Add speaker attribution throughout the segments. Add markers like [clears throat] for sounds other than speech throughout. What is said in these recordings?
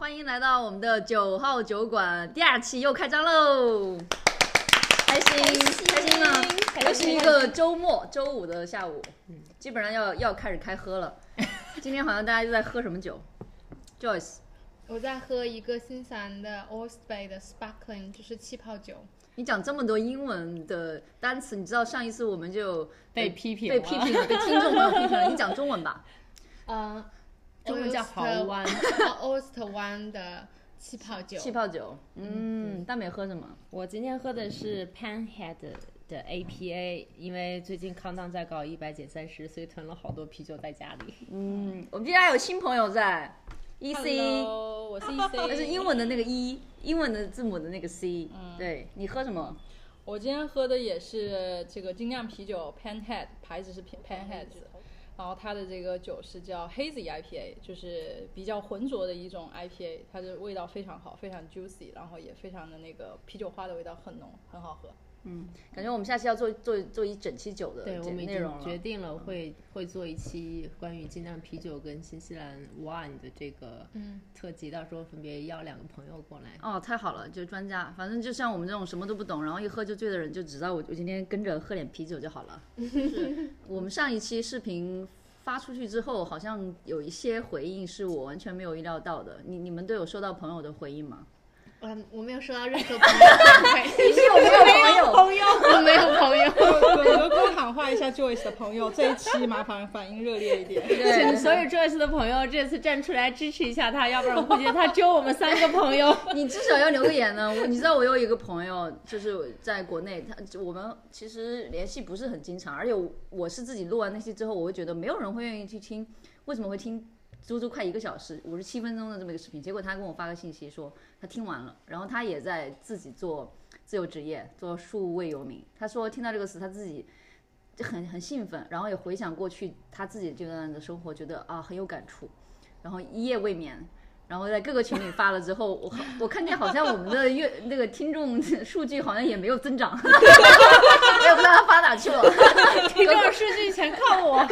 Speaker 1: 欢迎来到我们的九号酒馆，第二期又开张喽！开心，开心吗？又是一个周末，周五的下午，嗯基本上要要开始开喝 [laughs] 了。今天好像大家都在喝什么酒？Joyce，
Speaker 2: 我在喝一个新西兰的 Old Bay 的 Sparkling，就是气泡酒。
Speaker 1: 你讲这么多英文的单词，你知道上一次我们就
Speaker 3: 被批评
Speaker 1: 被批评了，被听众朋友批评 [laughs] 了。你讲中文吧，
Speaker 2: 嗯，
Speaker 3: 中文叫豪
Speaker 2: [laughs]
Speaker 3: 湾
Speaker 2: Oyster 湾哦的气泡酒。
Speaker 1: 气泡酒。嗯，大美喝什么？
Speaker 3: 我今天喝的是 Panhead 的 APA，因为最近康当在搞一百减三十，所以囤了好多啤酒在家里。
Speaker 1: 嗯，我们今天还有新朋友在，E C，
Speaker 4: Hello，我是 EC，
Speaker 3: [laughs]
Speaker 1: [laughs] 那是英文的那个 E，英文的字母的那个 C。
Speaker 4: 嗯
Speaker 1: 对你喝什么？
Speaker 4: 我今天喝的也是这个精酿啤酒 Panhead，牌子是 Pan- Panhead，然后它的这个酒是叫 Hazy IPA，就是比较浑浊的一种 IPA，它的味道非常好，非常 juicy，然后也非常的那个啤酒花的味道很浓，很好喝。
Speaker 1: 感觉我们下期要做做做一整期酒的
Speaker 3: 对，我
Speaker 1: 节
Speaker 3: 们已
Speaker 1: 内容
Speaker 3: 经
Speaker 1: 了。
Speaker 3: 决定了会会做一期关于精酿啤酒跟新西兰 wine 的这个特辑，到时候分别邀两个朋友过来。
Speaker 1: 哦，太好了，就是专家，反正就像我们这种什么都不懂，然后一喝就醉的人，就只知道我我今天跟着喝点啤酒就好
Speaker 3: [laughs]
Speaker 1: 了。是我们上一期视频发出去之后，好像有一些回应是我完全没有意料到的。你你们都有收到朋友的回应吗？
Speaker 2: 我呃我没有收到任 [laughs] 何朋友的
Speaker 1: 你有没有朋友？
Speaker 4: 友，
Speaker 2: 回馈，我没有朋友。
Speaker 4: 对，我就多喊话一下 Joyce 的朋友，这一期麻烦反应热烈一点。
Speaker 3: 请
Speaker 1: 对，
Speaker 3: 所有 Joyce 的朋友这次站出来支持一下他，要不然我估计他只有我们三个朋友。
Speaker 1: [laughs] 你至少要留个言呢。我你知道我有一个朋友，就是在国内，他我们其实联系不是很经常，而且我我是自己录完那期之后，我会觉得没有人会愿意去听，为什么会听足足快一个小时五十七分钟的这么一个视频？结果他跟我发个信息说他听完了，然后他也在自己做自由职业，做数位游民。他说听到这个词，他自己就很很兴奋，然后也回想过去他自己这段的生活，觉得啊很有感触，然后一夜未眠。然后在各个群里发了之后，我我看见好像我们的月 [laughs] 那个听众数据好像也没有增长， [laughs] 哎我也不知道他发哪去了。
Speaker 3: [laughs] 你这种数
Speaker 1: [laughs]
Speaker 3: 据全靠我。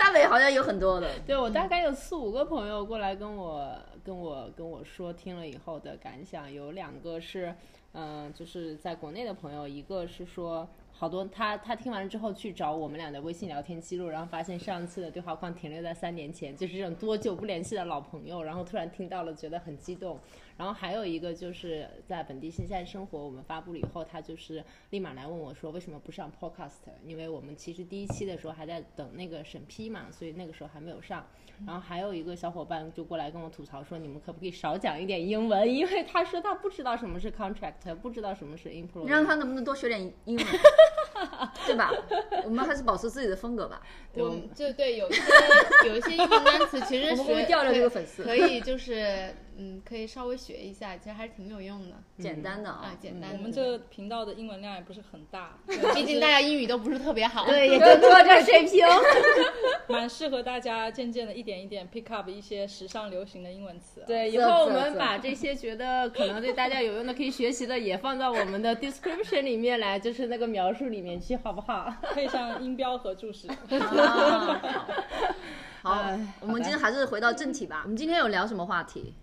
Speaker 1: 大伟好像有很多的，
Speaker 3: 对我大概有四五个朋友过来跟我跟我跟我说听了以后的感想，有两个是，嗯、就是在国内的朋友，一个是说好多他他听完之后去找我们俩的微信聊天记录，然后发现上次的对话框停留在三年前，就是这种多久不联系的老朋友，然后突然听到了觉得很激动。然后还有一个就是在本地新西兰生活，我们发布了以后，他就是立马来问我说为什么不上 Podcast，因为我们其实第一期的时候还在等那个审批嘛，所以那个时候还没有上。然后还有一个小伙伴就过来跟我吐槽说，你们可不可以少讲一点英文？因为他说他不知道什么是 contract，不知道什么是 employee。
Speaker 1: 你让他能不能多学点英文， [laughs] 对吧？我们还是保持自己的风格吧。
Speaker 3: 对我
Speaker 2: 我
Speaker 3: 们
Speaker 2: 就对有一些有一些英文单词， [laughs] 其实
Speaker 1: 我们会不会
Speaker 2: 学
Speaker 1: 掉掉这个
Speaker 2: 可
Speaker 1: 粉丝
Speaker 2: 可以就是嗯，可以稍微学一下，其实还是挺有用的
Speaker 3: 嗯
Speaker 1: 简单的 [laughs]
Speaker 2: 啊，简单
Speaker 4: 我
Speaker 2: 的。
Speaker 4: 们这个频道的英文量也不是很大，
Speaker 2: 毕竟大家英语都不是特别好。
Speaker 3: [laughs] 对，也就到这儿水平。
Speaker 4: 蛮适合大家渐渐的一点一点 pick up 一些时尚流行的英文词啊。
Speaker 3: [laughs] 对，以
Speaker 1: 是
Speaker 3: 后我
Speaker 1: 是
Speaker 3: 们
Speaker 1: 是
Speaker 3: 把这些觉得可能对大家有用的、可以学习的，也放到我们的 description 里面来，就是那个描述里面去，好不好？
Speaker 4: 配上音标和注释。
Speaker 1: 啊好
Speaker 3: 哎，
Speaker 1: 我们今天还是回到正题吧。我们今天有聊什么话题？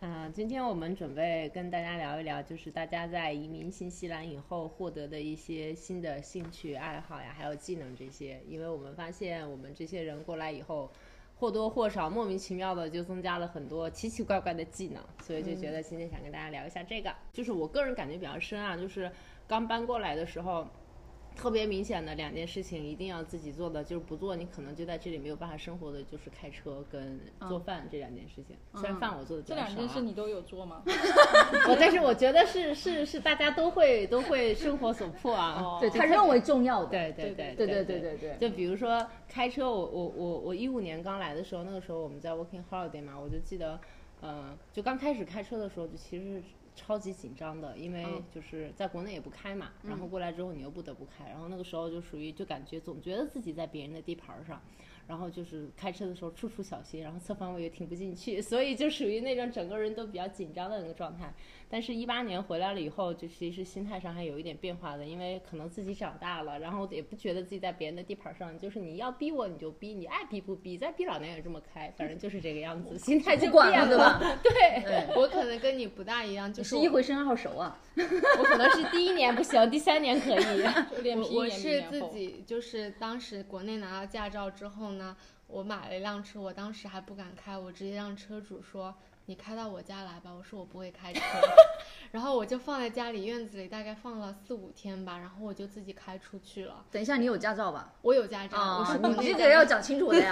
Speaker 3: 啊、今天我们准备跟大家聊一聊，就是大家在移民新西兰以后获得的一些新的兴趣爱好呀，还有技能这些。因为我们发现，我们这些人过来以后，或多或少莫名其妙的就增加了很多奇奇怪怪的技能，所以就觉得今天想跟大家聊一下这个。就是我个人感觉比较深啊，就是刚搬过来的时候，特别明显的两件事情一定要自己做的，就是不做你可能就在这里没有办法生活的，就是开车跟做饭这两件事情。虽然饭我做的
Speaker 4: 这两件事你都有做吗？
Speaker 3: [laughs] 我但是我觉得是是是大家都会都会生活所迫啊。
Speaker 1: 对
Speaker 4: 对
Speaker 1: 他认为重要的，
Speaker 3: 对对对
Speaker 1: 哦对对对
Speaker 3: 对对
Speaker 1: 对对。
Speaker 3: 就比如说开车我，我我我一五年刚来的时候，那个时候我们在 working holiday 嘛，我就记得，呃，就刚开始开车的时候，就其实是超级紧张的，因为
Speaker 1: 嗯
Speaker 3: 就是在国内也不开嘛，然后过来之后你又不得不开，然后那个时候就属于就感觉总觉得自己在别人的地盘儿上。然后就是开车的时候处处小心，然后侧方位也停不进去，所以就属于那种整个人都比较紧张的那个状态。但是，一八年回来了以后，就其实心态上还有一点变化的，因为可能自己长大了，然后也不觉得自己在别人的地盘上，就是你要逼我你就逼，你爱逼不逼，再逼老娘也这么开，反正就是这个样子，心态就
Speaker 1: 不管
Speaker 3: 变
Speaker 1: 了，对
Speaker 3: 了。
Speaker 1: 吧？
Speaker 3: 对，
Speaker 2: 我可能跟你不大一样，就
Speaker 1: 你
Speaker 2: 是
Speaker 1: 是一回生二好熟啊，
Speaker 3: 我可能是第一年不行，第三年 [laughs] 可以。
Speaker 4: 就脸
Speaker 2: 我
Speaker 4: 皮
Speaker 2: 我
Speaker 4: 一年比一
Speaker 2: 是
Speaker 4: 年
Speaker 2: 自
Speaker 4: 厚
Speaker 2: 己就是当时国内拿到驾照之后呢，我买了一辆车，我当时还不敢开，我直接让车主说你开到我家来吧，我说我不会开车， [laughs] 然后我就放在家里院子里，大概放了四五天吧，然后我就自己开出去了。
Speaker 1: 等一下，你有驾照吧？
Speaker 2: 我有驾照，
Speaker 1: 啊
Speaker 2: 我是，国
Speaker 1: 你
Speaker 2: 内
Speaker 1: 这
Speaker 2: 驾
Speaker 1: 个
Speaker 2: 照
Speaker 1: 要讲清楚的呀。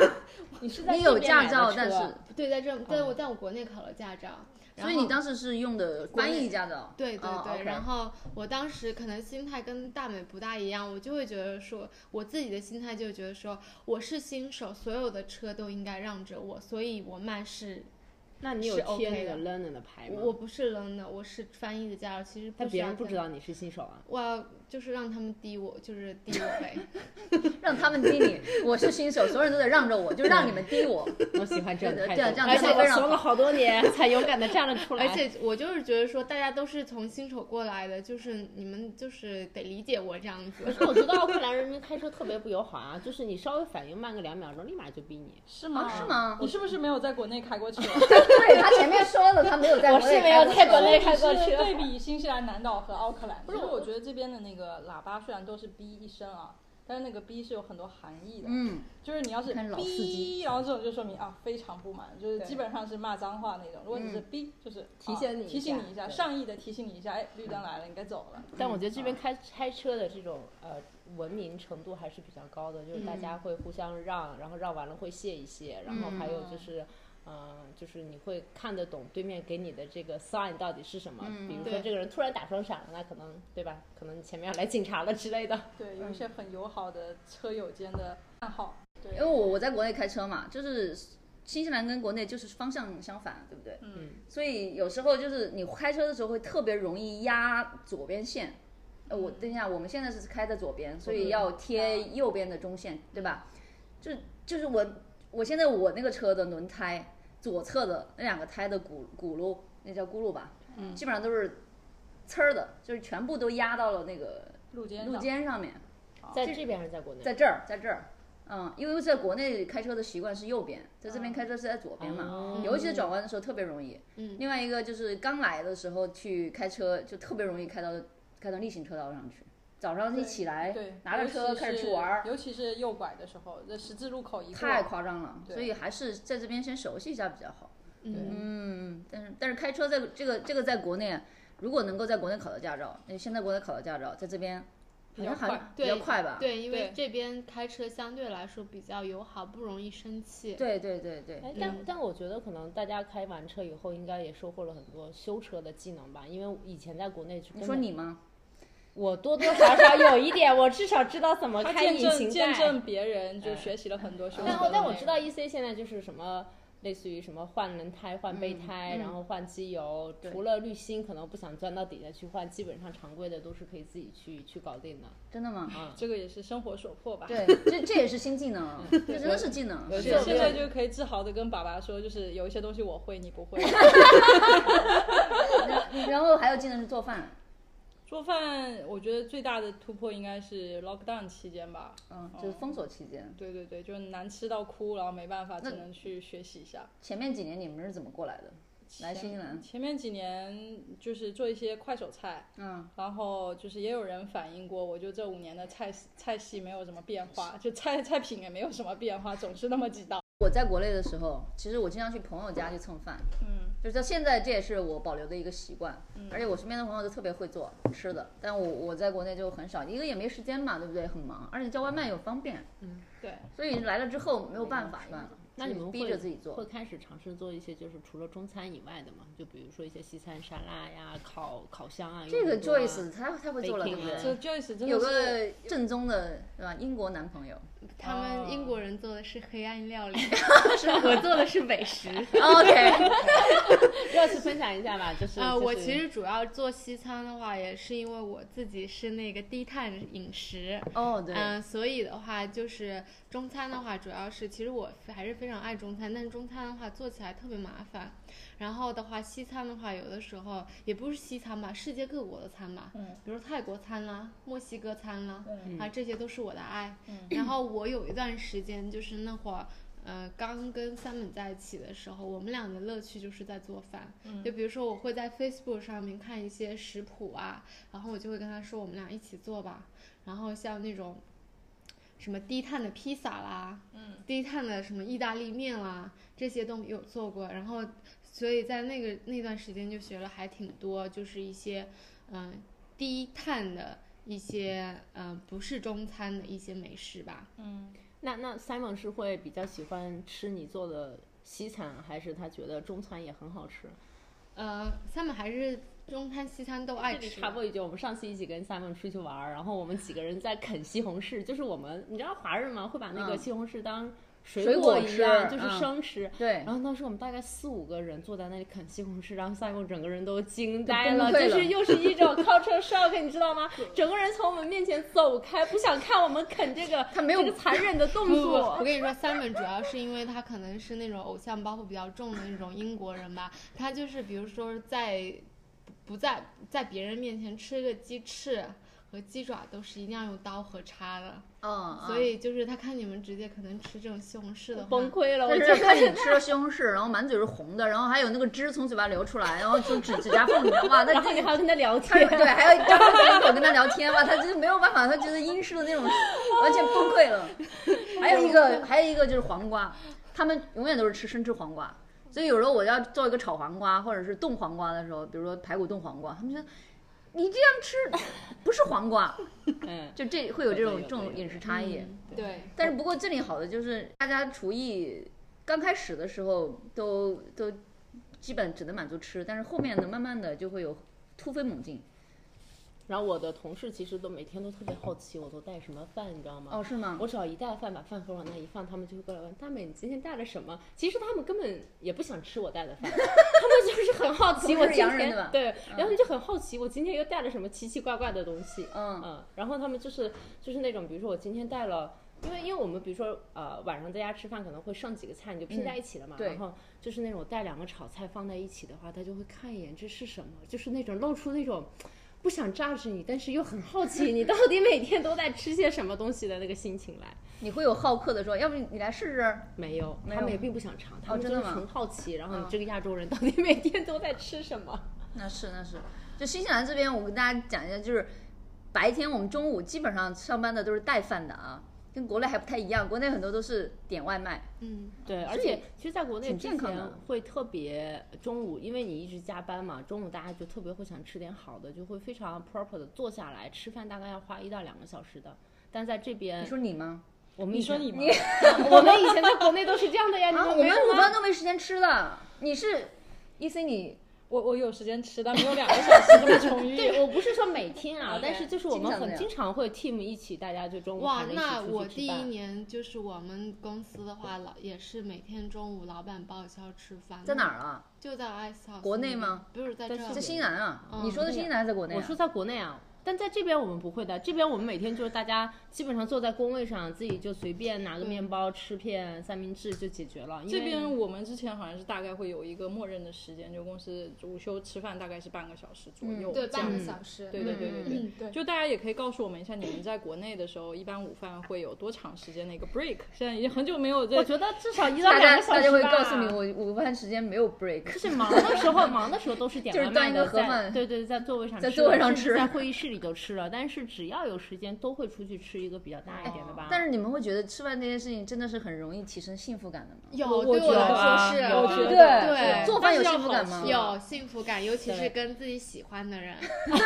Speaker 3: 你是
Speaker 1: 你有驾照，但是
Speaker 2: 对，在这，在我在我国内考了驾照，然
Speaker 1: 哦所以你
Speaker 2: 后
Speaker 1: 当时是用的翻译驾照，
Speaker 2: 对对
Speaker 1: 哦
Speaker 2: 对，
Speaker 1: ，OK
Speaker 2: 然后我当时可能心态跟大美不大一样，我就会觉得说，我自己的心态就觉得说，我是新手，所有的车都应该让着我，所以我慢是，
Speaker 3: 那你有
Speaker 2: 是 OK
Speaker 3: 贴那个
Speaker 2: 的
Speaker 3: learner 的牌
Speaker 2: 我
Speaker 3: 吗？
Speaker 2: 不是 learner，我是翻译的驾照，其实
Speaker 3: 哎
Speaker 2: 不
Speaker 3: 但
Speaker 2: 需
Speaker 3: 别
Speaker 2: 要
Speaker 3: 人不
Speaker 2: 再
Speaker 3: 知。道你是新手啊。
Speaker 2: 我要就是让他们低我，就是低我呗。
Speaker 1: 让他们盯你。我是新手，所有人都得让着我，就让你们盯我。
Speaker 3: 我喜欢这样的态
Speaker 1: 对
Speaker 3: 度，
Speaker 1: 对这样
Speaker 3: 而
Speaker 1: 这
Speaker 3: 且
Speaker 1: 样
Speaker 3: 我
Speaker 1: 非常
Speaker 3: 怂了好多年，才勇敢的站了出来。
Speaker 2: 而且我就是觉得说，大家都是从新手过来的，就是你们就是得理解我这样
Speaker 3: [laughs]
Speaker 2: 子。
Speaker 3: 可是我觉得奥克兰人民开车特别不友好啊，就是你稍微反应慢个两秒钟，立马就逼你。
Speaker 4: 是吗、
Speaker 1: 啊是吗
Speaker 4: 你是不是没有在国内开过车？
Speaker 1: 对他前面说了，他没有在
Speaker 3: 我
Speaker 1: 国
Speaker 3: 是
Speaker 1: 内
Speaker 3: 没有
Speaker 1: 开过车
Speaker 3: 在国内开
Speaker 4: 是
Speaker 3: 过车
Speaker 4: 对比新西兰南岛和奥克兰，
Speaker 3: 不
Speaker 4: 不
Speaker 3: 是
Speaker 4: 是，
Speaker 3: 我
Speaker 4: 我觉得这边的那个喇叭虽然都是“哔”一声啊，但是那个“哔”是有很多含义的。
Speaker 1: 嗯，
Speaker 4: 就是你要是
Speaker 1: 看老司机
Speaker 4: 哔，然后这种就说明啊非常不满，就是
Speaker 3: 对
Speaker 4: 基本上是骂脏话那种。如果只是哔，就是
Speaker 3: 提醒你一下
Speaker 4: 啊提醒你一下，
Speaker 3: 对嗯
Speaker 4: 善意的提醒你一下，哎，绿灯来了，你该走了。
Speaker 3: 但我觉得这边开开车的这种呃文明程度还是比较高的，就是大家会互相让，然后让完了会谢一谢，然后还有就是。嗯，就是你会看得懂对面给你的这个 sign 到底是什么，比如说
Speaker 2: 对
Speaker 3: 这个人突然打双闪了，那可能对吧？可能你前面要来警察了之类的。
Speaker 4: 对，有一些很友好的车友间的暗号。对
Speaker 1: 因为，我我在国内开车嘛，就是新西兰跟国内就是方向相反，对不对？
Speaker 4: 嗯，
Speaker 1: 所以有时候就是你开车的时候会特别容易压左边线。呃，我等一下，我们现在是开在左边，所以要贴右边的中线，对吧？就就是我我现在我那个车的轮胎左侧的那两个胎的轱轱辘，那叫轱辘吧，
Speaker 4: 嗯
Speaker 1: 基本上都是呲儿的，就是全部都压到了那个
Speaker 4: 路肩
Speaker 1: 路
Speaker 4: 上
Speaker 1: 肩上面。
Speaker 3: 在这边还是在国内？
Speaker 1: 在这儿，在这儿。嗯，因为在国内开车的习惯是右边，在这
Speaker 4: 哦
Speaker 1: 边开车是在左边嘛，
Speaker 3: 哦
Speaker 1: 尤其是转弯的时候特别容易。
Speaker 2: 嗯
Speaker 1: 另外一个就是刚来的时候去开车，就特别容易开到开到例行车道上去。早上一起来
Speaker 4: 对，
Speaker 1: 拿着车
Speaker 4: 尤其
Speaker 1: 开始
Speaker 4: 是
Speaker 1: 去玩儿，
Speaker 4: 尤其是右拐的时候，这十字路口一过，
Speaker 1: 太夸张了，
Speaker 4: 对
Speaker 1: 所以还是在这边先熟悉一下比较好。
Speaker 2: 嗯，
Speaker 1: 嗯，但是但是开车在这个这个在国内，如果能够在国内考到驾照，那现在国内考到驾照，在这边好像
Speaker 4: 比较
Speaker 1: 还
Speaker 4: 快
Speaker 1: 比较快吧？
Speaker 2: 对，因为
Speaker 4: 对
Speaker 2: 这边开车相对来说比较友好，不容易生气。
Speaker 1: 对对对对，
Speaker 3: 哎，但
Speaker 2: 嗯
Speaker 3: 但我觉得可能大家开完车以后，应该也收获了很多修车的技能吧，因为以前在国内就
Speaker 1: 你
Speaker 3: 根
Speaker 1: 说
Speaker 3: 本
Speaker 1: 你吗？
Speaker 3: 我多多少少有一点，我至少知道怎么
Speaker 4: 他
Speaker 3: 开引
Speaker 4: 见
Speaker 3: 擎
Speaker 4: 证见
Speaker 3: 盖。
Speaker 4: 证别人，
Speaker 1: 嗯
Speaker 4: 就学习了很多修车的内
Speaker 3: 但
Speaker 4: 容。
Speaker 3: 我但我知道 E C 现在就是什么。类似于什么换轮胎、换备
Speaker 2: 嗯
Speaker 3: 胎，然后换机油，除了滤芯可能不想钻到底下去换，基本上常规的都是可以自己去去搞定的。
Speaker 1: 真的吗？
Speaker 4: 这个也是生活所迫吧。
Speaker 1: 对，这这也是新技
Speaker 3: 嗯
Speaker 1: [laughs] 能，这真的是技能。
Speaker 3: 有
Speaker 4: 是
Speaker 3: 有
Speaker 4: 现在就可以自豪的跟爸爸说，就是有一些东西我会，你
Speaker 1: [laughs]
Speaker 4: 不会。
Speaker 1: 然后还有技能是做饭，
Speaker 4: 做饭，我觉得最大的突破应该是 lockdown 期间吧。
Speaker 1: 嗯，
Speaker 3: 哦
Speaker 1: 就是封锁期间。
Speaker 4: 对对对，就是难吃到哭，然后没办法，只能去学习一下。
Speaker 1: 前面几年你们是怎么过来的？来新西兰，
Speaker 4: 前面几年就是做一些快手菜，
Speaker 1: 嗯，
Speaker 4: 然后就是也有人反映过，我就这五年的菜菜系没有什么变化，就菜菜品也没有什么变化，总是那么几道。
Speaker 1: 我在国内的时候，其实我经常去朋友家去蹭饭，
Speaker 4: 嗯，
Speaker 1: 就是到现在这也是我保留的一个习惯。
Speaker 3: 嗯
Speaker 1: 而且我身边的朋友都特别会做吃的，但我我在国内就很少，一个也没时间嘛，对不对？很忙，而且叫外卖又方便，
Speaker 4: 对，
Speaker 1: 所以来了之后没有办法，
Speaker 3: 办法
Speaker 1: 那
Speaker 3: 那你们
Speaker 1: 逼
Speaker 3: 会
Speaker 1: 着自己做
Speaker 3: 会。开始尝试做一些就是除了中餐以外的嘛？就比如说一些西餐沙拉呀、烤烤箱啊。
Speaker 1: 这个
Speaker 3: 用多啊
Speaker 1: Joyce 他他会做了，对不
Speaker 3: Baking 啊
Speaker 1: 对？
Speaker 4: 这 Joyce 真的
Speaker 1: 有
Speaker 4: 是
Speaker 1: 个正宗的，对吧？英国男朋友。
Speaker 2: 他
Speaker 4: 哦
Speaker 2: 们英国人做的是黑暗料理，我做的是
Speaker 3: [laughs]
Speaker 2: 美食。
Speaker 1: OK，
Speaker 3: Joyce 分享一下吧，哦就是
Speaker 2: 呃，
Speaker 3: 就是
Speaker 2: 我其实主要做西餐的话，也是因为我自己是那个低碳饮食。
Speaker 1: [laughs] 哦，对，
Speaker 2: 嗯嗯、所以的话就是中餐的话，主要是其实我还是非常爱中餐，但是中餐的话做起来特别麻烦。然后的话，西餐的话，有的时候也不是西餐吧，世界各国的餐吧，
Speaker 4: 嗯
Speaker 2: 比如泰国餐啦、墨西哥餐啦，
Speaker 4: 嗯
Speaker 2: 啊，这些都是我的爱。
Speaker 4: 嗯
Speaker 2: 然后我有一段时间，就是那会儿，呃，刚跟 Simon 在一起的时候，我们俩的乐趣就是在做饭。
Speaker 4: 嗯
Speaker 2: 就比如说，我会在 Facebook 上面看一些食谱啊，然后我就会跟他说，我们俩一起做吧。然后像那种。什么低碳的披萨啦，
Speaker 4: 嗯，
Speaker 2: 低碳的什么意大利面啦，这些都有做过。然后，所以在那个那段时间就学了还挺多，就是一些，嗯、低碳的一些呃不是中餐的一些美食吧。
Speaker 4: 嗯，
Speaker 3: 那那 Simon 是会比较喜欢吃你做的西餐，还是他觉得中餐也很好吃？
Speaker 2: 呃，他们还是中餐西餐都爱
Speaker 3: 这里
Speaker 2: 吃
Speaker 3: 插。播一句，我们上次一起跟 Simon 出去玩儿，然后我们几个人在啃西红柿，就是我们你知道华人嘛，会把那个
Speaker 1: 嗯
Speaker 3: 西红柿当
Speaker 1: 水
Speaker 3: 水
Speaker 1: 果
Speaker 3: 一
Speaker 1: 吃
Speaker 3: 样，就是
Speaker 1: 嗯
Speaker 3: 生吃。
Speaker 1: 对
Speaker 3: 然，后当时我们大概四五个人坐在那里啃西红柿，然后 Simon 整个人都惊呆了，
Speaker 1: 崩溃
Speaker 3: 就
Speaker 1: 了
Speaker 3: 是又是一
Speaker 1: [laughs]
Speaker 3: 种 culture shock，你知道吗？整个人从我们面前走开，不想看我们啃这
Speaker 1: [laughs]
Speaker 3: 个
Speaker 1: 他没有
Speaker 3: 这个残忍的动
Speaker 2: 不不，
Speaker 3: 作
Speaker 2: 我。跟你说，Simon 主要是因为他可能是那种偶像包袱比较重的那种英国人吧，他就是比如说在不不在在别人面前吃个鸡翅和鸡爪都是一定要用刀和叉的，
Speaker 1: [laughs] 嗯，嗯
Speaker 2: 所以就是他看你们直接可能吃这种西红柿的话，嗯
Speaker 3: 崩溃了，我
Speaker 1: 但
Speaker 3: 就是
Speaker 1: 看 [laughs] 你吃了西红柿，然后满嘴是红的，然后还有那个汁从嘴巴流出来，然后从指指甲缝里面，哇，那
Speaker 3: 然后
Speaker 1: 这
Speaker 3: 你还要跟他聊
Speaker 1: 他 [laughs]
Speaker 3: 天，
Speaker 1: 对，还要张开口跟他聊天嘛，他就是没有办法，他就是英式的那种，完全崩溃了。还有一
Speaker 3: [laughs]
Speaker 1: 个，还有一个就是黄瓜，他们永远都是吃生吃黄瓜，所以有时候我要做一个炒黄瓜或者是冻黄瓜的时候，比如说排骨冻黄瓜，他们觉得你这样吃不是黄瓜，
Speaker 3: 嗯，
Speaker 1: 就这会有这种
Speaker 3: 有的有的
Speaker 1: 这种饮食差异。
Speaker 2: 嗯
Speaker 4: 对，
Speaker 1: 但是不过这里好的就是大家厨艺刚开始的时候都都基本只能满足吃，但是后面呢慢慢的就会有突飞猛进。
Speaker 3: 然后我的同事其实都每天都特别好奇我都带什么饭，你知道吗？
Speaker 1: 哦，是吗？
Speaker 3: 我只要一带饭，把饭盒往那一放，他们就会过来问大美，你今天带了什么？其实他们根本也不想吃我带的饭，他 [laughs] 们就是很好奇我
Speaker 1: 同事
Speaker 3: 今
Speaker 1: 洋人
Speaker 3: 天
Speaker 1: 对吧
Speaker 3: 对，然后他们就很好奇我今天又带了什么奇奇怪怪的东西。
Speaker 1: 嗯
Speaker 3: 嗯，然后他们就是就是那种，比如说我今天带了。因为因为我们比如说呃晚上在家吃饭可能会剩几个菜，你就拼在一起了嘛。
Speaker 1: 嗯对
Speaker 3: 然后就是那种带两个炒菜放在一起的话，他就会看一眼这是什么，就是那种露出那种不想榨制你，但是又很好奇你到底每天都在吃些什么东西的那个心情来。
Speaker 1: 你会有好客的时候，要不你来试试？
Speaker 3: 没有，
Speaker 1: 没
Speaker 3: 他
Speaker 1: 有
Speaker 3: 们也并不想尝，
Speaker 1: 哦
Speaker 3: 他们
Speaker 1: 真
Speaker 3: 就
Speaker 1: 的
Speaker 3: 是
Speaker 1: 吗
Speaker 3: 纯好奇。然后你
Speaker 1: 啊
Speaker 3: 这个亚洲人到底每天都在吃什么？
Speaker 1: 那是那是，就新西兰这边，我跟大家讲一下，就是白天我们中午基本上上班的都是带饭的啊，跟国内还不太一样，国内很多都是点外卖。
Speaker 2: 嗯，
Speaker 3: 对，而
Speaker 1: 所
Speaker 3: 且
Speaker 1: 以
Speaker 3: 其实在国内
Speaker 1: 挺
Speaker 3: 之
Speaker 1: 健康
Speaker 3: 前
Speaker 1: 的
Speaker 3: 会特别中午，因为你一直加班嘛，中午大家就特别会想吃点好的，就会非常 proper 的坐下来吃饭，大概要花一到两个小时的。但在这边
Speaker 1: 你，说你吗？
Speaker 3: 我们
Speaker 4: 你
Speaker 3: 以
Speaker 4: 说
Speaker 3: 前
Speaker 4: 你吗？
Speaker 3: 我们以前在国内都是这样的呀，你
Speaker 1: [laughs] 啊，我们
Speaker 3: 没有
Speaker 1: 午
Speaker 3: 吗？
Speaker 1: 饭都没时间吃了。你是一 c 你
Speaker 4: 我我有时间吃，但没有两个小时这么充裕。
Speaker 3: 对，我不是说每
Speaker 1: [laughs]
Speaker 3: 天啊，但是就是我
Speaker 1: 经
Speaker 3: 们
Speaker 1: 常这
Speaker 3: 很
Speaker 1: 样
Speaker 3: 经常会 team 一起，大家就中午
Speaker 2: 哇
Speaker 3: 喊，着一起
Speaker 2: 那
Speaker 3: 出去
Speaker 2: 我
Speaker 3: 吃
Speaker 2: 第一
Speaker 3: 饭
Speaker 2: 年就是我们公司的话，老也是每天中午老板报销吃饭，
Speaker 1: 在哪儿啊？
Speaker 2: 就在 Ice House
Speaker 1: 国内
Speaker 2: 那边
Speaker 1: 吗？
Speaker 2: 不是在
Speaker 3: 在
Speaker 2: 这
Speaker 1: 在
Speaker 3: 是
Speaker 2: 儿，
Speaker 1: 新西兰啊？
Speaker 2: 嗯
Speaker 1: 你说的新西兰还是在国内、啊？
Speaker 3: 我说在国内啊，但在这边我们不会的。这边我们每天就是大家基本上坐在工位上，自己就随便拿个面包吃片三明治就解决了。因
Speaker 4: 这
Speaker 3: 为
Speaker 4: 边我们之前好像是大概会有一个默认的时间，就公司午休吃饭大概是半个小时左右，
Speaker 2: 对，
Speaker 4: 这样
Speaker 2: 半个
Speaker 4: 子
Speaker 2: 小时。
Speaker 4: 对对对对对。
Speaker 2: 嗯，对。
Speaker 4: 就大家也可以告诉我们一下，你们在国内的时候，一般午饭会有多长时间的一个 break？现在已经很久没有这
Speaker 3: 我觉得至少一到
Speaker 1: 大
Speaker 3: 两
Speaker 1: 家
Speaker 3: 个小
Speaker 1: 大
Speaker 3: 时
Speaker 1: 家
Speaker 3: 吧
Speaker 1: 会告诉你，我午饭时间没有 break
Speaker 3: 就。 [laughs] 是忙的时候，忙的时候都是点
Speaker 1: 就是
Speaker 3: 外卖
Speaker 1: 端一
Speaker 3: 的，
Speaker 1: 个盒
Speaker 3: 在
Speaker 1: 饭
Speaker 3: 对对，在座位上吃
Speaker 1: 在
Speaker 3: 了，
Speaker 1: 座位上
Speaker 3: 甚至
Speaker 1: 吃
Speaker 3: 在会议室里就吃了。但是只要有时间，都会出去吃一个比较大一点的吧。
Speaker 1: 哎但是你们会觉得吃饭这件事情真的是很容易提升幸福感的吗？
Speaker 2: 有，
Speaker 4: 我
Speaker 2: 对
Speaker 4: 我觉
Speaker 2: 来
Speaker 4: 得
Speaker 2: 说
Speaker 4: 啊
Speaker 2: 是，
Speaker 4: 我觉得
Speaker 2: 对
Speaker 1: 做饭有
Speaker 4: 但是
Speaker 1: 幸福感
Speaker 4: 要
Speaker 1: 吗
Speaker 4: 好？吃
Speaker 2: 有幸福感，尤其
Speaker 3: 对
Speaker 2: 是跟自己喜欢的人。
Speaker 3: [laughs]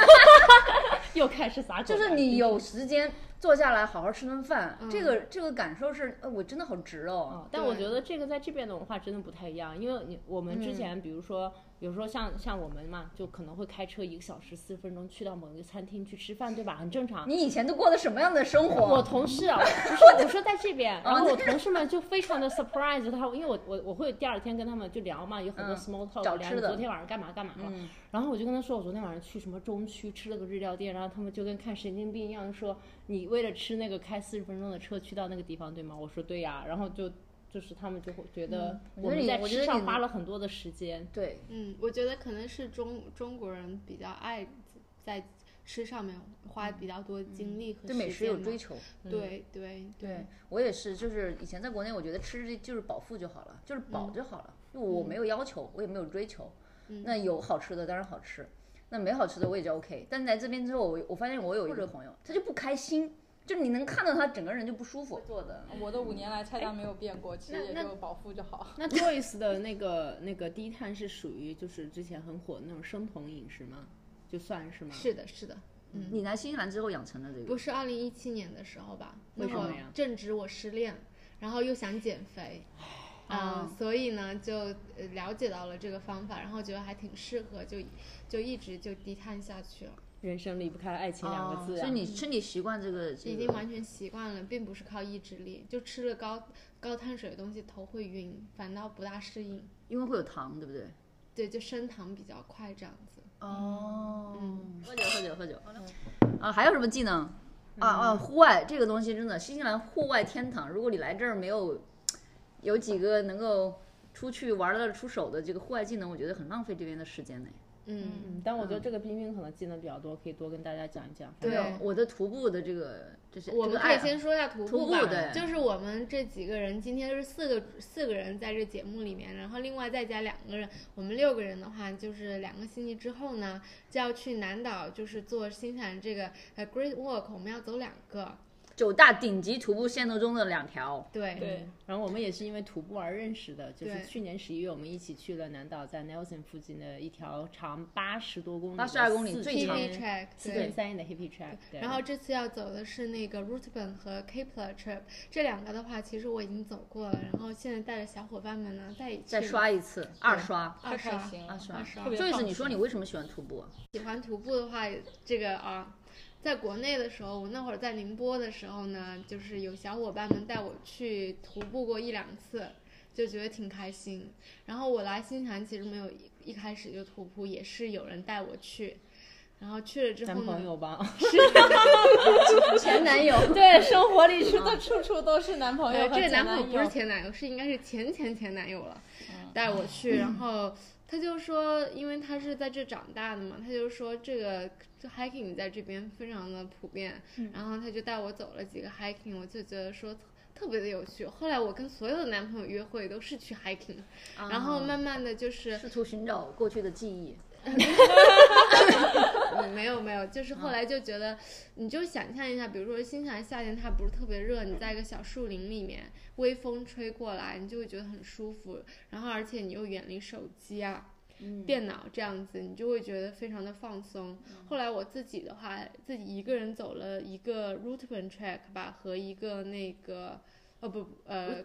Speaker 3: 又开始撒狗粮，
Speaker 1: 就是你有时间坐下来好好吃顿饭，
Speaker 2: 嗯
Speaker 1: 这个这个感受是，呃，我真的好值哦。
Speaker 3: 哦，但我
Speaker 2: 对
Speaker 3: 觉得这个在这边的文化真的不太一样，因为你我们之
Speaker 1: 嗯
Speaker 3: 前，比如说，比如说像像我们嘛，就可能会开车一个小时四十分钟去到某一个餐厅去吃饭，对吧？很正常。
Speaker 1: 你以前都过的什么样的生
Speaker 3: 我
Speaker 1: 活？[laughs]
Speaker 3: 同事啊，不是我说在这边，然后
Speaker 1: 在
Speaker 3: 我同事们就非常的 surprise，他因为我我我会第二天跟他们就聊嘛，有很多
Speaker 1: 嗯
Speaker 3: small talk，、
Speaker 1: 找
Speaker 3: 聊
Speaker 1: 吃
Speaker 3: 你
Speaker 1: 的嗯
Speaker 3: 昨天晚上干嘛干嘛了，然后我就跟他说我昨天晚上去什么中区吃了个日料店，然后他们就跟看神经病一样说你为了吃那个开四十分钟的车去到那个地方对吗？我说对呀、然后就。就是他们就会觉得
Speaker 1: 嗯我觉
Speaker 3: 我
Speaker 1: 得
Speaker 3: 们
Speaker 1: 你
Speaker 3: 在
Speaker 1: 我觉
Speaker 3: 吃
Speaker 1: 得
Speaker 3: 上
Speaker 1: 你
Speaker 3: 花了很多的时间。
Speaker 1: 对，
Speaker 2: 嗯，我觉得可能是中中国人比较爱在吃上面花比较多精力和
Speaker 1: 嗯对美
Speaker 2: 时
Speaker 1: 食
Speaker 2: 间
Speaker 1: 有
Speaker 2: 嘛
Speaker 1: 追嗯求。
Speaker 2: 对对
Speaker 1: 对我也是，就是以前在国内，我觉得吃这就是饱腹就好了，就是
Speaker 2: 嗯
Speaker 1: 饱就好了，因为我没有要求，我也没有追求。那有好吃的当然好吃，那没好吃的我也就 OK。但来这边之后，我我发现我有一个朋友，他就不开心，就你能看到他整个人就不舒服。做的
Speaker 4: 我的五年来菜单没有变过，其实也
Speaker 3: 那
Speaker 4: 就饱腹就好。
Speaker 1: [laughs]
Speaker 3: 那 Joyce 的那个那个低碳是属于就是之前很火的那种生酮饮食吗？就算是吗？
Speaker 2: 是的，是的，嗯，
Speaker 1: 你来新西兰之后养成的这
Speaker 2: 不
Speaker 1: 个，
Speaker 2: 是二零一七年的时候吧？那
Speaker 3: 为什
Speaker 2: 会儿
Speaker 3: 么呀
Speaker 2: 正值我失恋，然后又想减肥，啊、所以呢就呃了解到了这个方法，然后觉得还挺适合，就就一直就低碳下去了，
Speaker 3: 人生离不开爱情两
Speaker 2: 哦
Speaker 3: 个字、啊
Speaker 1: 所以你身体习惯这个这
Speaker 2: 已经
Speaker 1: 个
Speaker 2: 完全习惯了，并不是靠意志力，就吃了高高碳水的东西头会晕，反倒不大适应，
Speaker 1: 因为会有糖，对不对？
Speaker 2: 对，就升糖比较快这样子。
Speaker 1: 哦，嗯
Speaker 2: 嗯
Speaker 1: 喝酒喝酒喝酒，啊，还有什么技能？啊啊，户外这个东西真的，新西兰户外天堂。如果你来这儿没有有几个能够出去玩得出手的这个户外技能，我觉得很浪费这边的时间呢。
Speaker 2: 嗯，
Speaker 3: 嗯，但我觉得这个冰冰可能技能比较多，可以多跟大家讲一讲。反
Speaker 2: 对
Speaker 3: 正
Speaker 1: 我的徒步的这个这些，
Speaker 2: 我
Speaker 1: 这
Speaker 2: 们
Speaker 1: 个
Speaker 2: 可
Speaker 1: 爱
Speaker 2: 以先说一下徒
Speaker 1: 徒
Speaker 2: 步
Speaker 1: 步
Speaker 2: 吧，
Speaker 1: 对
Speaker 2: 就是我们这几个人，今天是四个四个人在这节目里面，然后另外再加两个人，我们六个人的话，就是两个星期之后呢，就要去南岛，就是做新西兰这个呃 Great Walk，我们要走两个，
Speaker 1: 九大顶级徒步线路中的两条。
Speaker 2: 对，
Speaker 4: 对，
Speaker 3: 嗯然后我们也是因为徒步而认识的，就是
Speaker 2: 对
Speaker 3: 去年十一月我们一起去了南岛，在 Nelson 附近的一条长八十多公里、
Speaker 1: 82公里最
Speaker 2: ，P
Speaker 1: 长
Speaker 2: P Track，
Speaker 3: 四
Speaker 2: 对
Speaker 3: 天。三夜的 Hippie Track 对。
Speaker 2: 然后这次要走的是那个 Rootban 和 Kepler Trip 这两个的话，其实我已经走过了，然后现在带着小伙伴们呢再一起
Speaker 1: 再刷一次，二刷，
Speaker 2: 二
Speaker 4: 太开
Speaker 2: 刷，
Speaker 4: 心
Speaker 1: 二
Speaker 4: 了，
Speaker 1: 刷
Speaker 2: 二。刷
Speaker 4: 特别
Speaker 1: 就是
Speaker 4: 放
Speaker 1: 你说你为什么喜欢徒步
Speaker 2: [laughs]
Speaker 1: 啊？
Speaker 2: 喜欢徒步的话，这个啊，在国内的时候，我那会儿在宁波的时候呢，就是有小伙伴们带我去徒步过一两次，就觉得挺开心。然后我来新西兰其实没有一一开始就徒步，也是有人带我去，然后去了之后
Speaker 3: 男朋
Speaker 2: 呢，
Speaker 3: 友吧， [laughs]
Speaker 1: 前男友
Speaker 4: 对，生活里 [laughs] 真的处处都是男朋友
Speaker 2: 呃，
Speaker 4: 和
Speaker 2: 这个
Speaker 4: 前
Speaker 2: 男
Speaker 4: 男
Speaker 2: 朋友
Speaker 4: 友。嗯
Speaker 2: 不是前男友，是应该是前前前男友了，带我去，然后他就说，因为他是在这长大的嘛，他就说这个 hiking 在这边非常的普遍，
Speaker 4: 嗯
Speaker 2: 然后他就带我走了几个 hiking，我就觉得说。特别的有趣。后来我跟所有的男朋友约会都是去 hiking，、然
Speaker 4: 啊
Speaker 2: 后慢慢的就是
Speaker 1: 啊试图寻找过去的记忆。
Speaker 2: 嗯，没有没有，就是后来就觉得，你就想象一下，比如说新西兰夏天它不是特别热，你在一个小树林里面，微风吹过来，你就会觉得很舒服，然后而且你又远离手机啊。
Speaker 1: 嗯
Speaker 2: 电脑这样子，你就会觉得非常的放松。后来我自己的话，自己一个人走了一个 Rootman Track 吧，和一个那个，哦不，呃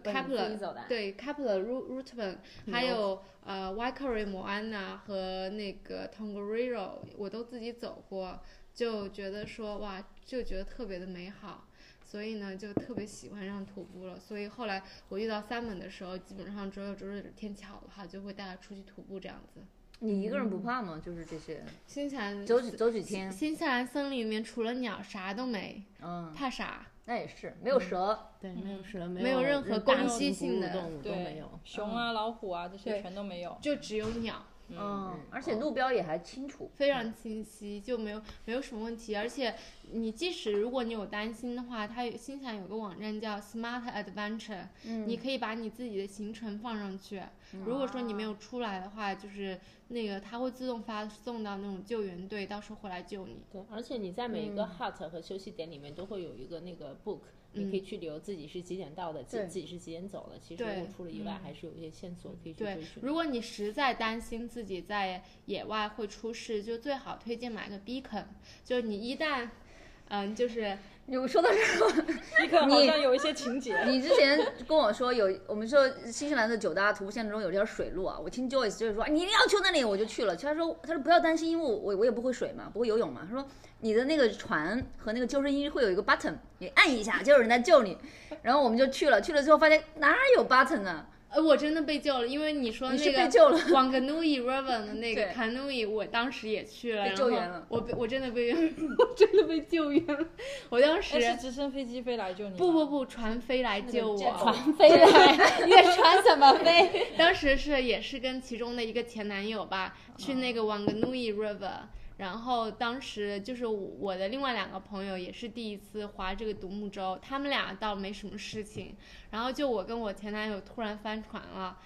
Speaker 3: Rootman 你自己
Speaker 2: Kepler，
Speaker 3: 走的啊
Speaker 2: 对 Kepler Root Rootman，还有呃 Waikari 摩安娜和那个 Tongariro，我都自己走过，就觉得说哇，就觉得特别的美好。所以呢，就特别喜欢上徒步了。所以后来我遇到 Simon 的时候，基本上周六周日天气好的话，就会带他出去徒步这样子。
Speaker 1: 你一个人不怕吗？就是这些，
Speaker 2: 新西兰
Speaker 1: 嗯走几走几天，
Speaker 2: 新西兰森林里面除了鸟啥都没，
Speaker 1: 嗯，
Speaker 2: 怕啥？
Speaker 1: 那也是没有蛇，
Speaker 3: 对，没有蛇，
Speaker 2: 嗯没有
Speaker 3: 有
Speaker 2: 任何
Speaker 3: 大
Speaker 2: 攻
Speaker 3: 型
Speaker 2: 击
Speaker 3: 哺
Speaker 2: 性
Speaker 3: 乳
Speaker 2: 的
Speaker 3: 动物都没
Speaker 4: 对
Speaker 3: 有。，
Speaker 4: 熊啊、老虎啊这些
Speaker 2: 对
Speaker 4: 全都没有。
Speaker 2: 就只有鸟，
Speaker 1: 嗯，而且路标也还清楚。
Speaker 2: 非常清晰，就没有没有什么问题。而且你即使如果你有担心的话，它有新西兰有个网站叫 Smart Adventure，、你
Speaker 1: 嗯
Speaker 2: 可以把你自己的行程放上去。如果说你没有出来的话，就是那个它会自动发送到那种救援队，到时候回来救你。
Speaker 3: 对，而且你在每一个 hut 和休息点里面都会有一个那个 book，、你可以去留自己是几点到的，自
Speaker 1: 对
Speaker 3: 自己是几点走的。其实
Speaker 2: 对
Speaker 3: 如果出了意外，还是有一些线索可以去
Speaker 2: 对
Speaker 3: 追，寻。
Speaker 2: 如果你实在担心自己在野外会出事，就最好推荐买个 beacon，就你一旦，嗯，就是
Speaker 1: 有说到这 [laughs] 个，
Speaker 4: 立刻 [laughs] 好像有一些
Speaker 1: [laughs]
Speaker 4: 情节，
Speaker 1: 你之前跟我说有，我们说新西兰的九大徒步线路中有条水路啊，我听 Joyce 就是说你一定要去那里，我就去了。他说他说不要担心，因为我我也不会水嘛，不会游泳嘛。他说你的那个船和那个救生衣会有一个 button，你按一下就有人在救你。然后我们就去了，去了之后发现哪有 button 呢、
Speaker 2: 呃，我真的被救了，因为你说
Speaker 1: 你是
Speaker 2: 那
Speaker 1: 被
Speaker 2: 个
Speaker 1: 救了
Speaker 2: [laughs] Wanganui River 的那个
Speaker 1: 对
Speaker 2: canoe，我当时也去了，
Speaker 1: 被救援
Speaker 2: 然后
Speaker 1: 了
Speaker 2: 我被我真的被 [laughs] 我真的被救援了，我当时
Speaker 4: 哎是 [laughs] 直升飞机飞来救你吗？
Speaker 2: 不不不，船飞来救
Speaker 1: 箭头
Speaker 2: 我，
Speaker 3: 船 [laughs] 飞来，你的船怎么飞？ [laughs]
Speaker 2: 当时是也是跟其中的一个前男友吧，去那
Speaker 1: 嗯
Speaker 2: 个 Wanganui River，然后当时就是我的另外两个朋友也是第一次划这个独木舟，他们俩倒没什么事情，然后就我跟我前男友突然翻船了，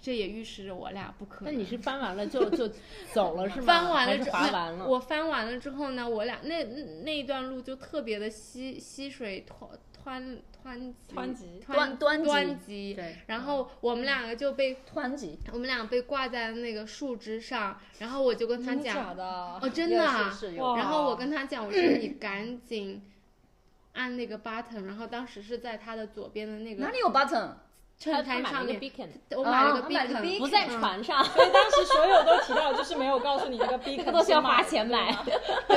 Speaker 2: 这也预示着我俩不可
Speaker 3: 那
Speaker 2: 能。
Speaker 3: 你是翻完了就就走了是吗？
Speaker 2: 翻完
Speaker 3: 还
Speaker 2: 了
Speaker 3: 是
Speaker 2: 之
Speaker 3: 划
Speaker 2: 后，
Speaker 3: 完了？
Speaker 2: 我翻完了之后呢，我俩那那一段路就特别的溪溪水湍湍湍急
Speaker 4: 湍急
Speaker 2: 湍
Speaker 1: 湍湍急
Speaker 2: 湍急，
Speaker 1: 对，
Speaker 2: 然后我们两个就被
Speaker 1: 湍急，
Speaker 2: 我们俩被挂在那个树枝上，然后我就跟他
Speaker 4: 真的假
Speaker 2: 讲，[laughs]
Speaker 4: 的？
Speaker 2: 哦，真的啊、
Speaker 1: 是是有
Speaker 4: 哇
Speaker 2: 然后我跟他讲，我说你赶紧按那个 button，然后当时是在他的左边的那
Speaker 1: 哪
Speaker 2: 个
Speaker 1: 里有 button？
Speaker 2: 衬
Speaker 3: 他
Speaker 2: 衫
Speaker 3: 买
Speaker 2: 上
Speaker 3: 了一
Speaker 2: 面
Speaker 3: 个，beacon，
Speaker 2: 我买了
Speaker 1: 哦他买了个
Speaker 2: beacon，
Speaker 1: beacon
Speaker 3: 不在船上，
Speaker 4: 所以当时所有都提到，就是没有告诉你那个 B
Speaker 3: 这个东西要花钱买。
Speaker 2: [laughs] 对，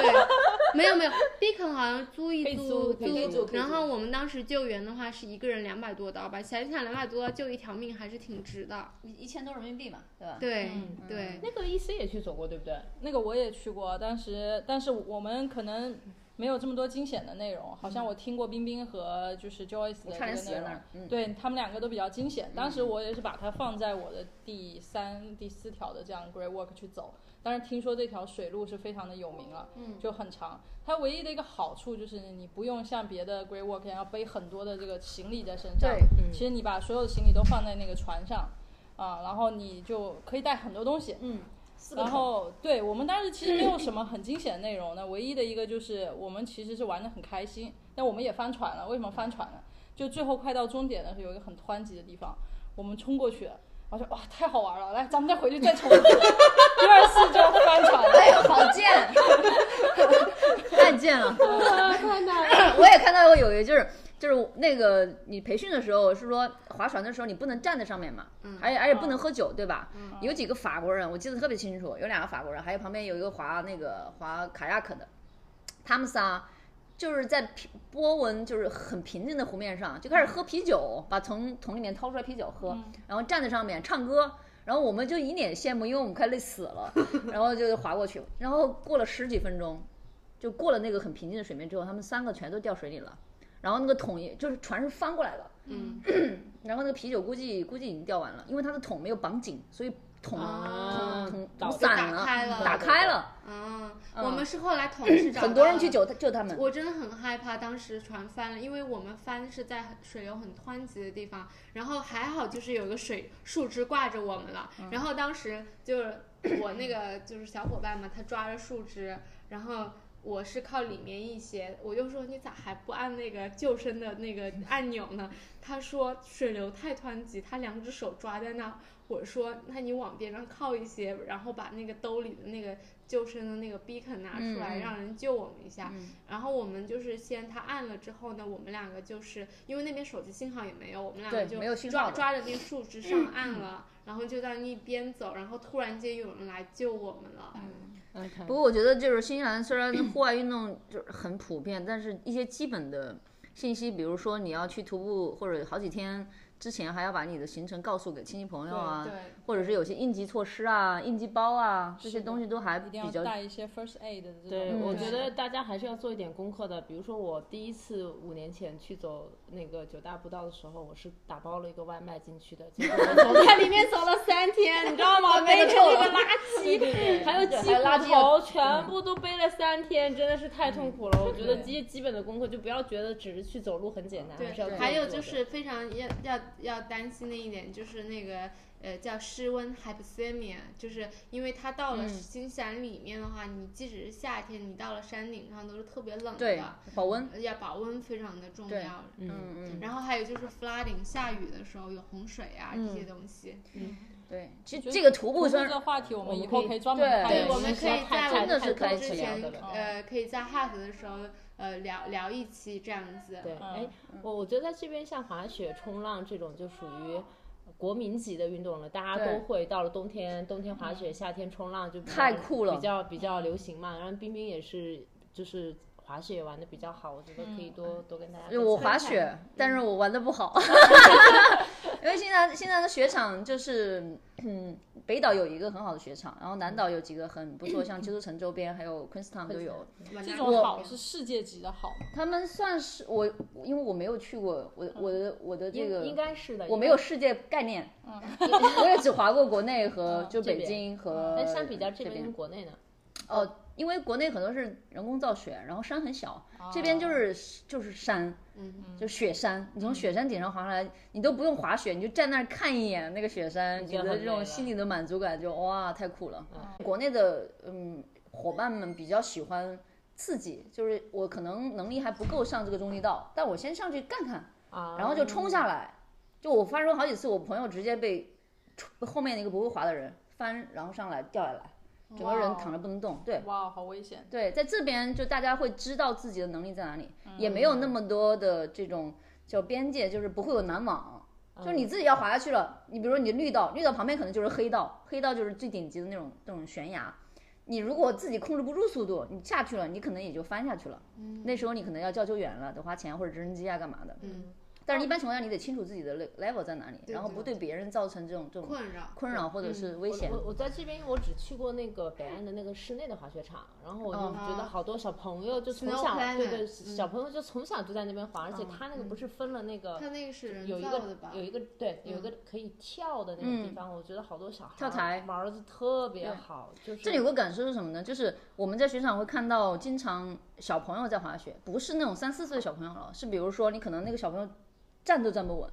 Speaker 2: 没有没有，beacon 好像租一
Speaker 3: 可以租
Speaker 2: 租
Speaker 3: 可以租可以
Speaker 2: 然后我们当时救援的话是一个人两百多刀吧，想一想两百多刀救一条命还是挺值的。
Speaker 1: 一一千多人民币嘛，对吧？
Speaker 2: 对、
Speaker 4: 嗯
Speaker 2: 对，
Speaker 3: 那个 EC 也去走过，对不对？
Speaker 4: 那个我也去过，但是但是我们可能没有这么多惊险的内容，好像我听过冰冰和就是 Joyce
Speaker 1: 我
Speaker 4: 的
Speaker 1: 差点
Speaker 4: 这
Speaker 1: 死
Speaker 4: 个内
Speaker 1: 在那
Speaker 4: 容
Speaker 1: 儿。，嗯，
Speaker 4: 对他们两个都比较惊险，当时我也是把它放在我的第三、第四条的这样 Great Walk 去走，但是听说这条水路是非常的有名了，
Speaker 2: 嗯，
Speaker 4: 就很长。它唯一的一个好处就是你不用像别的 Great Walk 一样要背很多的这个行李在身上，
Speaker 1: 对
Speaker 3: 嗯
Speaker 4: 其实你把所有的行李都放在那个船上，啊，然后你就可以带很多东西，
Speaker 3: 嗯，
Speaker 1: 四个
Speaker 4: 然
Speaker 1: 口，
Speaker 4: 后，对我们当时其实没
Speaker 1: [laughs]
Speaker 4: 有什么很惊险的内容呢，唯一的一个就是我们其实是玩的很开心，但我们也翻船了。为什么翻船呢？就最后快到终点的时候，有一个很湍急的地方，我们冲过去，我说哇太好玩了，来咱们再回去再
Speaker 1: [laughs]
Speaker 4: 冲一次，第二次就翻船了。
Speaker 1: 哎呦，好贱， [laughs] 太贱 [laughs] 了。
Speaker 3: 哇，太难了。
Speaker 1: 我也看到过有一个就是就是那个你培训的时候是说划船的时候你不能站在上面嘛，
Speaker 2: 嗯
Speaker 1: 而且而且不能喝酒对吧？有几个法国人我记得特别清楚，有两个法国人，还有旁边有一个划那个划卡亚克的，他们仨。就是在平波纹就是很平静的湖面上，就开始喝啤酒，把从桶里面掏出来啤酒喝，
Speaker 4: 嗯
Speaker 1: 然后站在上面唱歌，然后我们就一脸羡慕，因为我们快累死了，然后就划过去，然后过了十几分钟，就过了那个很平静的水面之后，他们三个全都掉水里了，然后那个桶也就是船是翻过来了，
Speaker 2: 嗯，
Speaker 1: 然后那个啤酒估计估计已经掉完了，因为他的桶没有绑紧，所以桶、
Speaker 2: 啊
Speaker 1: 桶
Speaker 3: 倒
Speaker 1: 桶
Speaker 3: 了
Speaker 1: 散嗯
Speaker 2: 打开了
Speaker 1: 打开了，
Speaker 2: 啊，
Speaker 1: 嗯
Speaker 2: 我们是后来同
Speaker 1: [clears throat]
Speaker 2: 事找
Speaker 1: 很多人
Speaker 2: 到
Speaker 1: 去
Speaker 2: 的
Speaker 1: 救他救他们，
Speaker 2: 我真的很害怕，当时船翻了，因为我们翻是在水流很湍急的地方，然后还好就是有个水树枝挂着我们了，
Speaker 3: 嗯
Speaker 2: 然后当时就是我那个就是小伙伴嘛，他抓着树枝，然后。我是靠里面一些，我就说你咋还不按那个救生的
Speaker 1: [laughs]
Speaker 2: 那个按钮呢？他说水流太湍急，他两只手抓在那。我说那你往边上靠一些，然后把那个兜里的那个救生的那个 beacon 拿出
Speaker 1: 嗯
Speaker 2: 来，
Speaker 1: 嗯
Speaker 2: 让人救我们一下。
Speaker 1: 嗯
Speaker 2: 然后我们就是先他按了之后呢，我们两个就是因为那边手机信号也没有，我们两个
Speaker 1: 对
Speaker 2: 就
Speaker 1: 没有信号
Speaker 2: 抓
Speaker 1: 的
Speaker 2: 抓着那树
Speaker 1: [clears throat]
Speaker 2: 枝上岸了，然后就在那边走，然后突然间有人来救我们了。
Speaker 1: 嗯
Speaker 3: 嗯
Speaker 1: 不过我觉得就是新西兰虽然户外运动就是很普遍，但是一些基本的信息，比如说你要去徒步或者好几天之前还要把你的行程告诉给亲戚朋友啊，
Speaker 2: 对，
Speaker 1: 或者是有些应急措施啊、应急包啊这些东西都还
Speaker 4: 一
Speaker 1: 比
Speaker 4: 定要
Speaker 1: 较
Speaker 4: 带一些 first aid 的这种。
Speaker 3: 对，
Speaker 1: 嗯
Speaker 3: 我觉得大家还是要做一点功课的。比如说，我第一次五年前去走那个九大步道的时候，我是打包了一个外卖进去的，结果我走在里面走了三天，你知道吗？背着那个垃圾， [laughs] 嗯还有鸡
Speaker 1: 还有垃圾
Speaker 3: 骨头，全部都背了三天，真的是太痛苦了。我觉得
Speaker 4: 对
Speaker 3: 基基本的功课就不要觉得只是去走路很简单，还是要
Speaker 2: 对，
Speaker 3: 多
Speaker 2: 还有
Speaker 3: 做
Speaker 2: 就
Speaker 3: 的
Speaker 2: 是非常要要要担心的一点就是那个呃叫室温 hypothermia，就是因为它到了
Speaker 1: 嗯
Speaker 2: 新西兰里面的话，你即使是夏天，你到了山顶上都是特别冷
Speaker 1: 对
Speaker 2: 的，
Speaker 1: 保温。
Speaker 2: 呃要保温非常的重
Speaker 1: 对
Speaker 2: 要。
Speaker 3: 嗯，
Speaker 1: 嗯嗯，
Speaker 2: 然后还有就是 flooding，下雨的时候有洪水啊、
Speaker 1: 嗯
Speaker 2: 这些东西。
Speaker 1: 对，其
Speaker 4: 觉
Speaker 1: 实
Speaker 4: 得
Speaker 1: 这个徒
Speaker 4: 不
Speaker 1: 步
Speaker 4: 过
Speaker 1: 虽
Speaker 4: 这
Speaker 1: 然
Speaker 4: 个话题我们以
Speaker 3: 我们
Speaker 4: 后
Speaker 3: 可以
Speaker 4: 可以专门
Speaker 1: 对
Speaker 4: 开一
Speaker 2: 我
Speaker 4: 期
Speaker 2: 们可以在我
Speaker 1: 真的
Speaker 2: 们
Speaker 1: 是
Speaker 2: 直播
Speaker 1: 可以
Speaker 2: 之
Speaker 1: 去
Speaker 3: 聊的
Speaker 2: 前
Speaker 3: 了，
Speaker 2: 呃，可以在 half 的时候，呃，聊聊一期这样子。
Speaker 3: 对，
Speaker 4: 嗯
Speaker 3: 哎，我我觉得在这边像滑雪、冲浪这种就属于。国民级的运动了，大家
Speaker 1: 对
Speaker 3: 都会。到了冬天，冬天滑雪，夏天冲浪就比较
Speaker 1: 太酷了
Speaker 3: 比较比较流行嘛。然后冰冰也是，就是滑雪玩的比较好，我觉得可以多、多跟大家分享。 [laughs]
Speaker 1: 我滑雪，但是我玩的不好，因为现在现在的雪场就是，嗯，北岛有一个很好的雪场，然后南岛有几个很不错，
Speaker 3: [clears throat]
Speaker 1: 像基督城周边还有 Queenstown 都有。
Speaker 4: 这种好是世界级的好吗？
Speaker 1: 他们算是我，因为我没有去过，我我的我的这个
Speaker 3: 嗯应应该是的。
Speaker 1: 我没有世界概念，
Speaker 4: 嗯
Speaker 1: 我也只划过国内和
Speaker 4: 嗯
Speaker 1: 就
Speaker 3: 这
Speaker 1: 北
Speaker 3: 边
Speaker 1: 京和
Speaker 3: 但相比较这边
Speaker 1: 边
Speaker 3: 跟国内呢，
Speaker 1: 哦，因为国内很多是人工造雪，然后山很小，
Speaker 3: 哦
Speaker 1: 这边就是就是山，
Speaker 2: 嗯，
Speaker 1: 就雪山，你
Speaker 3: 嗯
Speaker 1: 从雪山顶上滑下来，你都不用滑雪，你就站那儿看一眼那个雪山，你
Speaker 3: 觉得
Speaker 1: 的
Speaker 3: 很
Speaker 1: 这
Speaker 3: 美
Speaker 1: 种
Speaker 3: 了
Speaker 1: 心里的满足感就哇太酷了。国内的嗯伙伴们比较喜欢刺激，就是我可能能力还不够上这个中级道，但我先上去干看，
Speaker 3: 啊，
Speaker 1: 然后就冲下来。就我发生好几次，我朋友直接被冲后面那个不会滑的人翻，然后上来掉下来，整个
Speaker 3: 哦
Speaker 1: 人
Speaker 4: 哇
Speaker 2: 哦
Speaker 1: 躺着不能动。对，
Speaker 4: 哇，好危险！
Speaker 1: 对，在这边就大家会知道自己的能力在哪里，也没有那么多的这种叫边界，就是不会有拦网。
Speaker 3: 嗯
Speaker 1: 就是你自己要滑下去了，你比如说你绿道，绿道旁边可能就是黑道，黑道就是最顶级的那种那种悬崖。你如果自己控制不住速度，你下去了，你可能也就翻下去了。那时候你可能要叫救援了，得花钱或者直升机啊干嘛的。
Speaker 2: 嗯。
Speaker 1: 但是，一般情况下你得清楚自己的 le- level 在哪里，
Speaker 2: 对
Speaker 1: 然后不哦对别人造成这种这种
Speaker 2: 困扰，
Speaker 1: 困扰嗯或者是危
Speaker 3: 我
Speaker 1: 险。
Speaker 3: 我我在这边，我只去过那个北岸的那个室内的滑雪场，然后我就
Speaker 1: 嗯
Speaker 3: 觉得好多小朋友就从
Speaker 2: 哦 Snow
Speaker 3: 小，
Speaker 2: Planet，
Speaker 3: 对对，
Speaker 2: 嗯
Speaker 3: 小朋友就从小就在那边滑，而且
Speaker 1: 嗯
Speaker 3: 他那个不是分了那个
Speaker 2: 它那个是
Speaker 3: 有
Speaker 2: 人
Speaker 3: 一
Speaker 2: 造的
Speaker 3: 个
Speaker 2: 吧？嗯
Speaker 3: 有一个对有一个可以跳的那个地
Speaker 1: 嗯
Speaker 3: 方，我觉得好多小孩
Speaker 1: 跳台
Speaker 3: 玩的特别
Speaker 1: 对
Speaker 3: 好，就是
Speaker 1: 这里有个感受是什么呢？就是我们在雪场会看到，经常小朋友在滑雪，不是那种三四岁的小朋友了，是比如说你可能那个小朋友站都站不稳，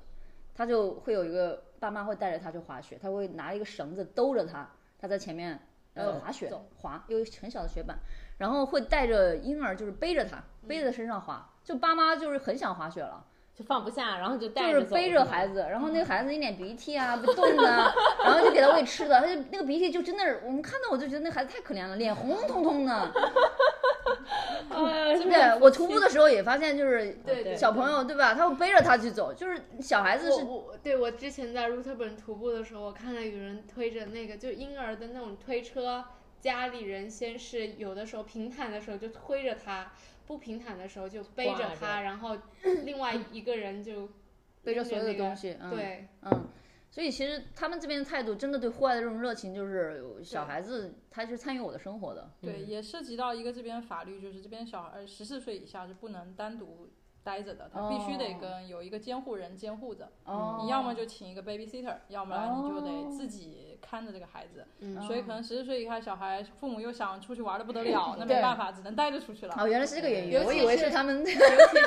Speaker 1: 他就会有一个爸妈会带着他去滑雪，他会拿一个绳子兜着他，他在前面呃
Speaker 3: 走
Speaker 1: 滑雪
Speaker 3: 嗯走
Speaker 1: 滑，有一个很小的雪板，然后会带着婴儿就是背着他背着身上滑，就爸妈就是很想滑雪了。
Speaker 3: 就放不下，然后就
Speaker 1: 就
Speaker 3: 带
Speaker 1: 是
Speaker 3: 走
Speaker 1: 背着孩子，然后那个孩子一脸鼻涕啊，被冻的啊，然后就给他喂吃的，他就那个鼻涕就真的是，我们看到我就觉得那孩子太可怜了，脸红彤彤的。
Speaker 4: [laughs]
Speaker 1: 对不对？我徒步的时候也发现，就是
Speaker 3: 对对
Speaker 1: 小朋友对吧？他会背着他去走，就是小孩子
Speaker 2: 我
Speaker 1: 是
Speaker 2: 我对我之前在 Rootburn 徒步的时候，我看到有人推着那个就婴儿的那种推车，家里人先是有的时候平坦的时候就推着他，不平坦的时候就背
Speaker 3: 挂
Speaker 2: 着
Speaker 3: 着
Speaker 2: 他，然后
Speaker 3: [coughs]
Speaker 2: 另外一个人就
Speaker 1: 背着
Speaker 2: 拎
Speaker 1: 所有的
Speaker 2: 那个
Speaker 1: 东西，嗯，
Speaker 2: 对，
Speaker 1: 嗯，所以其实他们这边的态度，真的对户外的这种热情，就是小孩子他是参与我的生活的，
Speaker 4: 对，也涉及到一个这边法律，就是这边小孩十四岁以下是不能单独待着的，他必须得
Speaker 1: 哦
Speaker 4: 跟有一个监护人监护着。
Speaker 1: 哦，
Speaker 4: 你要么就请一个 babysitter，要不然你就
Speaker 1: 哦
Speaker 4: 得自己看着这个孩子。
Speaker 2: 嗯
Speaker 4: 所以可能十四岁以下小孩，父母又想出去玩的不得了，那
Speaker 1: 对
Speaker 4: 没办法，只能带着出去了。
Speaker 1: 哦，原来是这个原因，
Speaker 2: 尤
Speaker 1: 我
Speaker 2: 其
Speaker 1: 以为
Speaker 2: 是
Speaker 1: 是他们 [laughs]
Speaker 2: 尤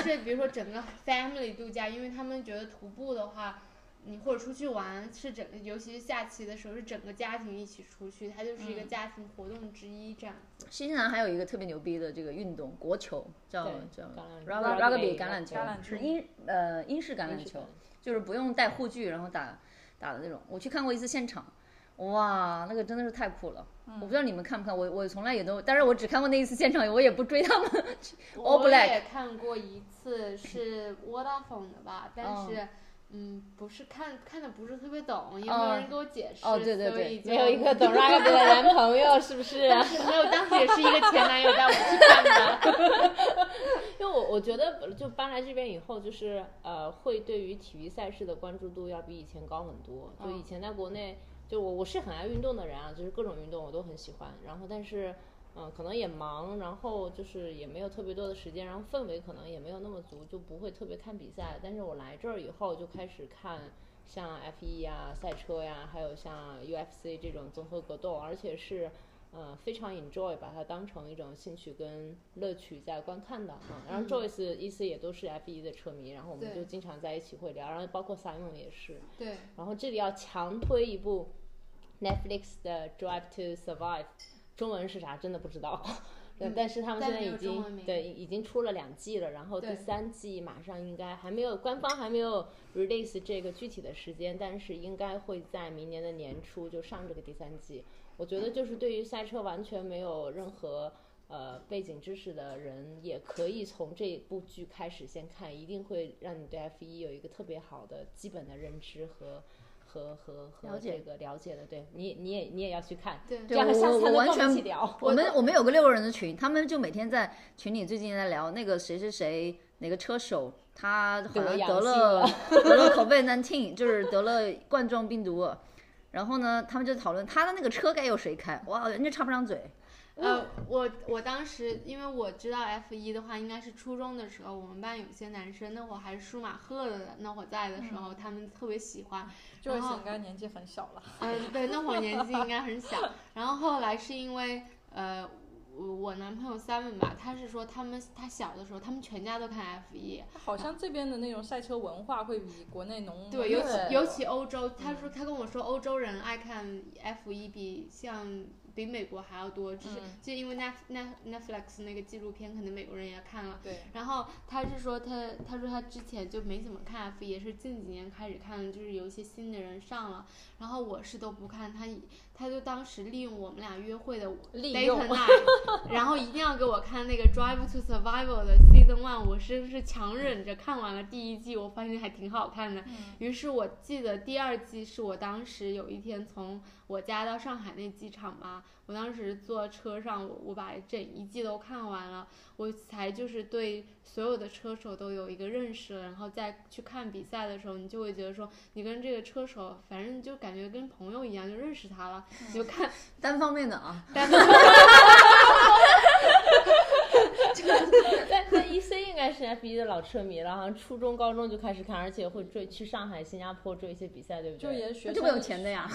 Speaker 2: 其是比如说整个 family 度假，因为他们觉得徒步的话，你或者出去玩是整个，尤其是假期的时候是整个家庭一起出去，它就是一
Speaker 1: 嗯
Speaker 2: 个家庭活动之一这样子。
Speaker 1: 新西兰还有一个特别牛逼的这个运动，国球叫
Speaker 3: 对
Speaker 1: 叫
Speaker 3: 橄榄
Speaker 1: rug- rugby 橄榄球，
Speaker 4: 橄榄球
Speaker 1: 是
Speaker 3: 嗯
Speaker 1: 英呃英式橄榄
Speaker 3: 英式橄
Speaker 1: 球
Speaker 3: 榄，
Speaker 1: 就是不用带护具，然后打打的那种。我去看过一次现场，哇，那个真的是太酷了。我不知道你们看不看，我我从来也都，但是我只看过那一次现场，我也不追他们。All
Speaker 2: 我
Speaker 1: black
Speaker 2: 也看过一次是 Vodafone 的吧，但
Speaker 1: 嗯
Speaker 2: 是。嗯，不是看看的不是特别懂，也没
Speaker 1: 哦
Speaker 2: 有人给我解释，
Speaker 1: 哦对对对
Speaker 2: 所以
Speaker 3: [laughs]
Speaker 2: 就
Speaker 3: 没有一
Speaker 1: [laughs]
Speaker 3: 个懂 rugby 的男朋友，是不是？
Speaker 2: 但 [laughs] 是没有，当时也是一个前男友带我去看的，
Speaker 3: 因为我我觉得，就搬来这边以后，就是呃，会对于体育赛事的关注度要比以前高很多。就以前在国内，就我我是很爱运动的人啊，就是各种运动我都很喜欢。然后，但是嗯、呃可能也忙，然后就是也没有特别多的时间，然后氛围可能也没有那么足，就不会特别看比赛。但是我来这儿以后，就开始看像 F 1啊、赛车呀、还有像 UFC 这种综合格斗，而且是。呃，非常 enjoy，把它当成一种兴趣跟乐趣在观看的啊。然后 Joyce 一思也都是 F 1的车迷，然后我们
Speaker 2: 对
Speaker 3: 就经常在一起会聊，然后包括 Simon 也是。
Speaker 2: 对，
Speaker 3: 然后这里要强推一部 Netflix 的《Drive to Survive》，中文是啥真的不知道。对，但是他们
Speaker 2: 嗯但
Speaker 3: 现在
Speaker 2: 没有
Speaker 3: 已
Speaker 2: 中文名
Speaker 3: 经对已已经出了两季了，然后第
Speaker 2: 对
Speaker 3: 三季马上应该还没有官方还没有 release 这个具体的时间，但是应该会在明年的年初就上这个第三季。我觉得就是对于赛车完全没有任何呃背景知识的人，也可以从这部剧开始先看，一定会让你对 F 一有一个特别好的基本的认知和。和和和
Speaker 1: 了解
Speaker 3: 这个了解的，对你你也你也要去看，
Speaker 2: 对
Speaker 3: 这样
Speaker 1: 对我
Speaker 3: 下次才
Speaker 1: [laughs] 我完
Speaker 3: 能跟我们一
Speaker 1: 全
Speaker 3: 起聊。 [laughs]
Speaker 1: 我们我们有个六个人的群，他们就每天在群里最近在聊那个谁谁谁哪个车手，他好像
Speaker 5: 阳
Speaker 1: 得
Speaker 5: 性
Speaker 1: 了
Speaker 5: 了
Speaker 1: 得 [laughs] 了 COVID nineteen，就是得了冠状病毒。然后呢，他们就讨论他的那个车该由谁开，哇，人家插不上嘴。
Speaker 2: 呃，我我当时因为我知道 F 一的话，应该是初中的时候，我们班有些男生，那会儿还是舒马赫的那会儿在的时候，他们特别喜欢。
Speaker 4: 就
Speaker 2: 然后
Speaker 4: 应该年纪很小了。
Speaker 2: 呃，对，那会儿年纪应该很小。然后后来是因为呃，我我男朋友 Simon 吧，他是说他们他小的时候，他们全家都看 F 一，
Speaker 4: 好像这边的那种赛车文化会比国内浓
Speaker 2: 对，尤
Speaker 4: 浓
Speaker 2: 其
Speaker 4: 得
Speaker 2: 尤其欧洲，他说他跟我说，欧洲人爱看 F 一比像比美国还要多，就是、
Speaker 4: 嗯
Speaker 2: 就因为 Net Net Netflix 那个纪录片，可能美国人也看了。
Speaker 4: 对，
Speaker 2: 然后他是说他他说他之前就没怎么看 F 也是近几年开始看的，就是有一些新的人上了，然后我是都不看，他他就当时利用我们俩约会的 date
Speaker 4: 利用
Speaker 3: [laughs]
Speaker 4: [laughs]
Speaker 2: night，然后一定要给我看那个 Drive to Survival 的 season one，我是是强忍着看完了第一季，我发现还挺好看
Speaker 4: 嗯
Speaker 2: 的，于是我记得第二季是我当时有一天从我家到上海那机场吧，我当时坐车上，我我把整一季都看完了，我才就是对所有的车手都有一个认识了。然后再去看比赛的时候，你就会觉得说，你跟这个车手，反正你就感觉跟朋友一样，就认识他了，
Speaker 4: 嗯
Speaker 2: 你就
Speaker 4: [laughs]
Speaker 2: 看
Speaker 1: 单方面的啊，
Speaker 2: 单
Speaker 5: 但但 E C 应该是 F 一的老车迷了，好像初中、高中就开始看，而且会追去上海、新加坡追一些比赛，对不
Speaker 4: 就
Speaker 5: 对？
Speaker 4: 也学
Speaker 1: 这么有钱的呀，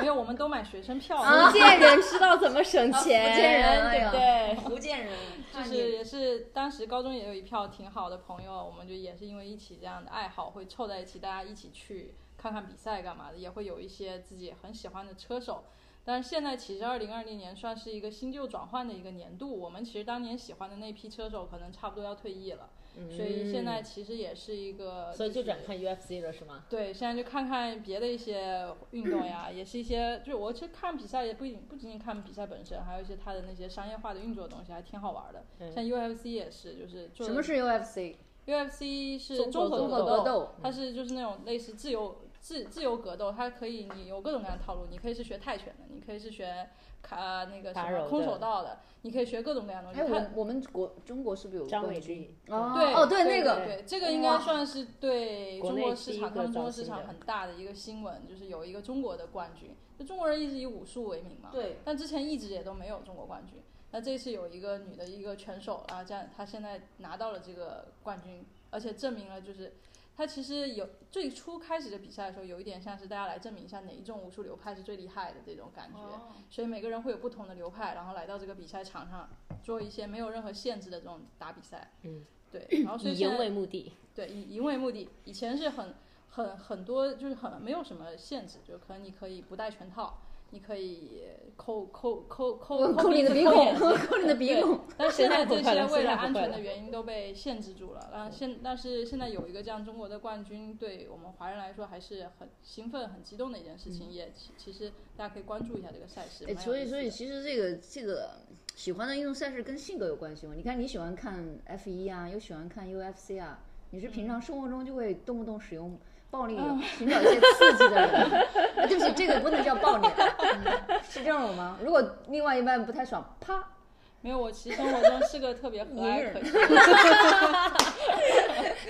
Speaker 4: 没有，我们都买学生票，
Speaker 1: 啊
Speaker 5: 福建人知道怎么省钱，
Speaker 1: 福建人哎
Speaker 5: 对
Speaker 1: 呀
Speaker 5: 不对？
Speaker 1: 福建
Speaker 4: [laughs]
Speaker 1: 人。
Speaker 4: 就是也是当时高中也有一票挺好的朋友，我们就也是因为一起这样的爱好会凑在一起，大家一起去看看比赛干嘛的，也会有一些自己很喜欢的车手。但是现在其实二零二零年算是一个新旧转换的一个年度，我们其实当年喜欢的那批车手可能差不多要退役了，所以现在其实也是一个、
Speaker 5: 嗯所以就是转看 UFC 了，是吗？
Speaker 4: 对，现在就看看别的一些运动呀，也是一些，就是我其实看比赛也不仅不仅仅看比赛本身，还有一些它的那些商业化的运作的东西，还挺好玩的。
Speaker 5: 嗯
Speaker 4: 像 UFC 也是，就是做
Speaker 1: 什么是 UFC？
Speaker 4: UFC 是
Speaker 5: 中国
Speaker 4: 合
Speaker 5: 综
Speaker 1: 合
Speaker 4: 斗，
Speaker 1: 格斗
Speaker 4: 它是就是那种类似自由自自由格斗，它可以你有各种各样的套路，你可以是学泰拳的，你可以是学卡、那个什
Speaker 5: 打柔
Speaker 4: 么
Speaker 5: 的
Speaker 4: 空手道的，你可以学各种各样的
Speaker 1: 哎，
Speaker 4: 东西。它
Speaker 1: 我我们国中国是不是有
Speaker 5: 张
Speaker 1: 冠
Speaker 5: 伟
Speaker 1: 军
Speaker 5: 丽
Speaker 1: 哦
Speaker 4: 对
Speaker 1: 哦，对，那
Speaker 4: 对
Speaker 1: 个
Speaker 4: 对，这个应该算是对
Speaker 5: 国
Speaker 4: 中
Speaker 5: 内
Speaker 4: 国
Speaker 5: 第
Speaker 4: 市
Speaker 5: 一
Speaker 4: 场，
Speaker 5: 个
Speaker 4: 他们中国
Speaker 5: 造
Speaker 4: 市
Speaker 5: 型
Speaker 4: 场
Speaker 5: 人
Speaker 4: 很大的一个新闻，就是有一个中国的冠军。就中国人一直以武术为
Speaker 2: 啊
Speaker 4: 名嘛，
Speaker 1: 对，
Speaker 4: 但之前一直也都没有中国冠军。那这次有一个女的一个拳手，然后这样她现在拿到了这个冠军，而且证明了就是。她其实有最初开始的比赛的时候，有一点像是大家来证明一下哪一种武术流派是最厉害的这种感觉。
Speaker 2: 哦
Speaker 4: 所以每个人会有不同的流派，然后来到这个比赛场上做一些没有任何限制的这种打比赛。
Speaker 5: 嗯，
Speaker 4: 对。然后所以
Speaker 5: 以
Speaker 4: 现
Speaker 5: 赢
Speaker 4: 在
Speaker 5: 为目 [laughs] 的，
Speaker 4: 对以赢为目的，以前是很很很多就是很没有什么限制，就可能你可以不戴全套，你可以抠抠抠抠
Speaker 1: 扣你的鼻
Speaker 4: 抠
Speaker 1: 孔
Speaker 4: 眼，睛
Speaker 1: 扣你的鼻孔。
Speaker 4: [laughs] 但
Speaker 5: [laughs]
Speaker 4: 现在这
Speaker 5: 现在不会了现
Speaker 4: 些为了
Speaker 5: 在不
Speaker 4: 安
Speaker 5: 会
Speaker 4: 全
Speaker 5: 了
Speaker 4: 的原因都被限制住了。然后现但是现在有一个这样中国的冠军，对我们华人来说还是很兴奋、很激动的一件事
Speaker 5: 嗯
Speaker 4: 情。也其其实大家可以关注一下这个赛事。
Speaker 1: 哎，
Speaker 4: 蛮有
Speaker 1: 所以
Speaker 4: 意思
Speaker 1: 所以
Speaker 4: 的
Speaker 1: 其实这个这个喜欢的运动赛事跟性格有关系吗？你看你喜欢看 F 一啊，又喜欢看 UFC 啊，你是平常生活中就会动不动使用暴力寻找一些刺激的人吗？啊，对不起，这个不能叫暴力啊，嗯是这种吗？如果另外一半不太爽，啪，
Speaker 4: 没有，我其实生活中是个特别和蔼可亲。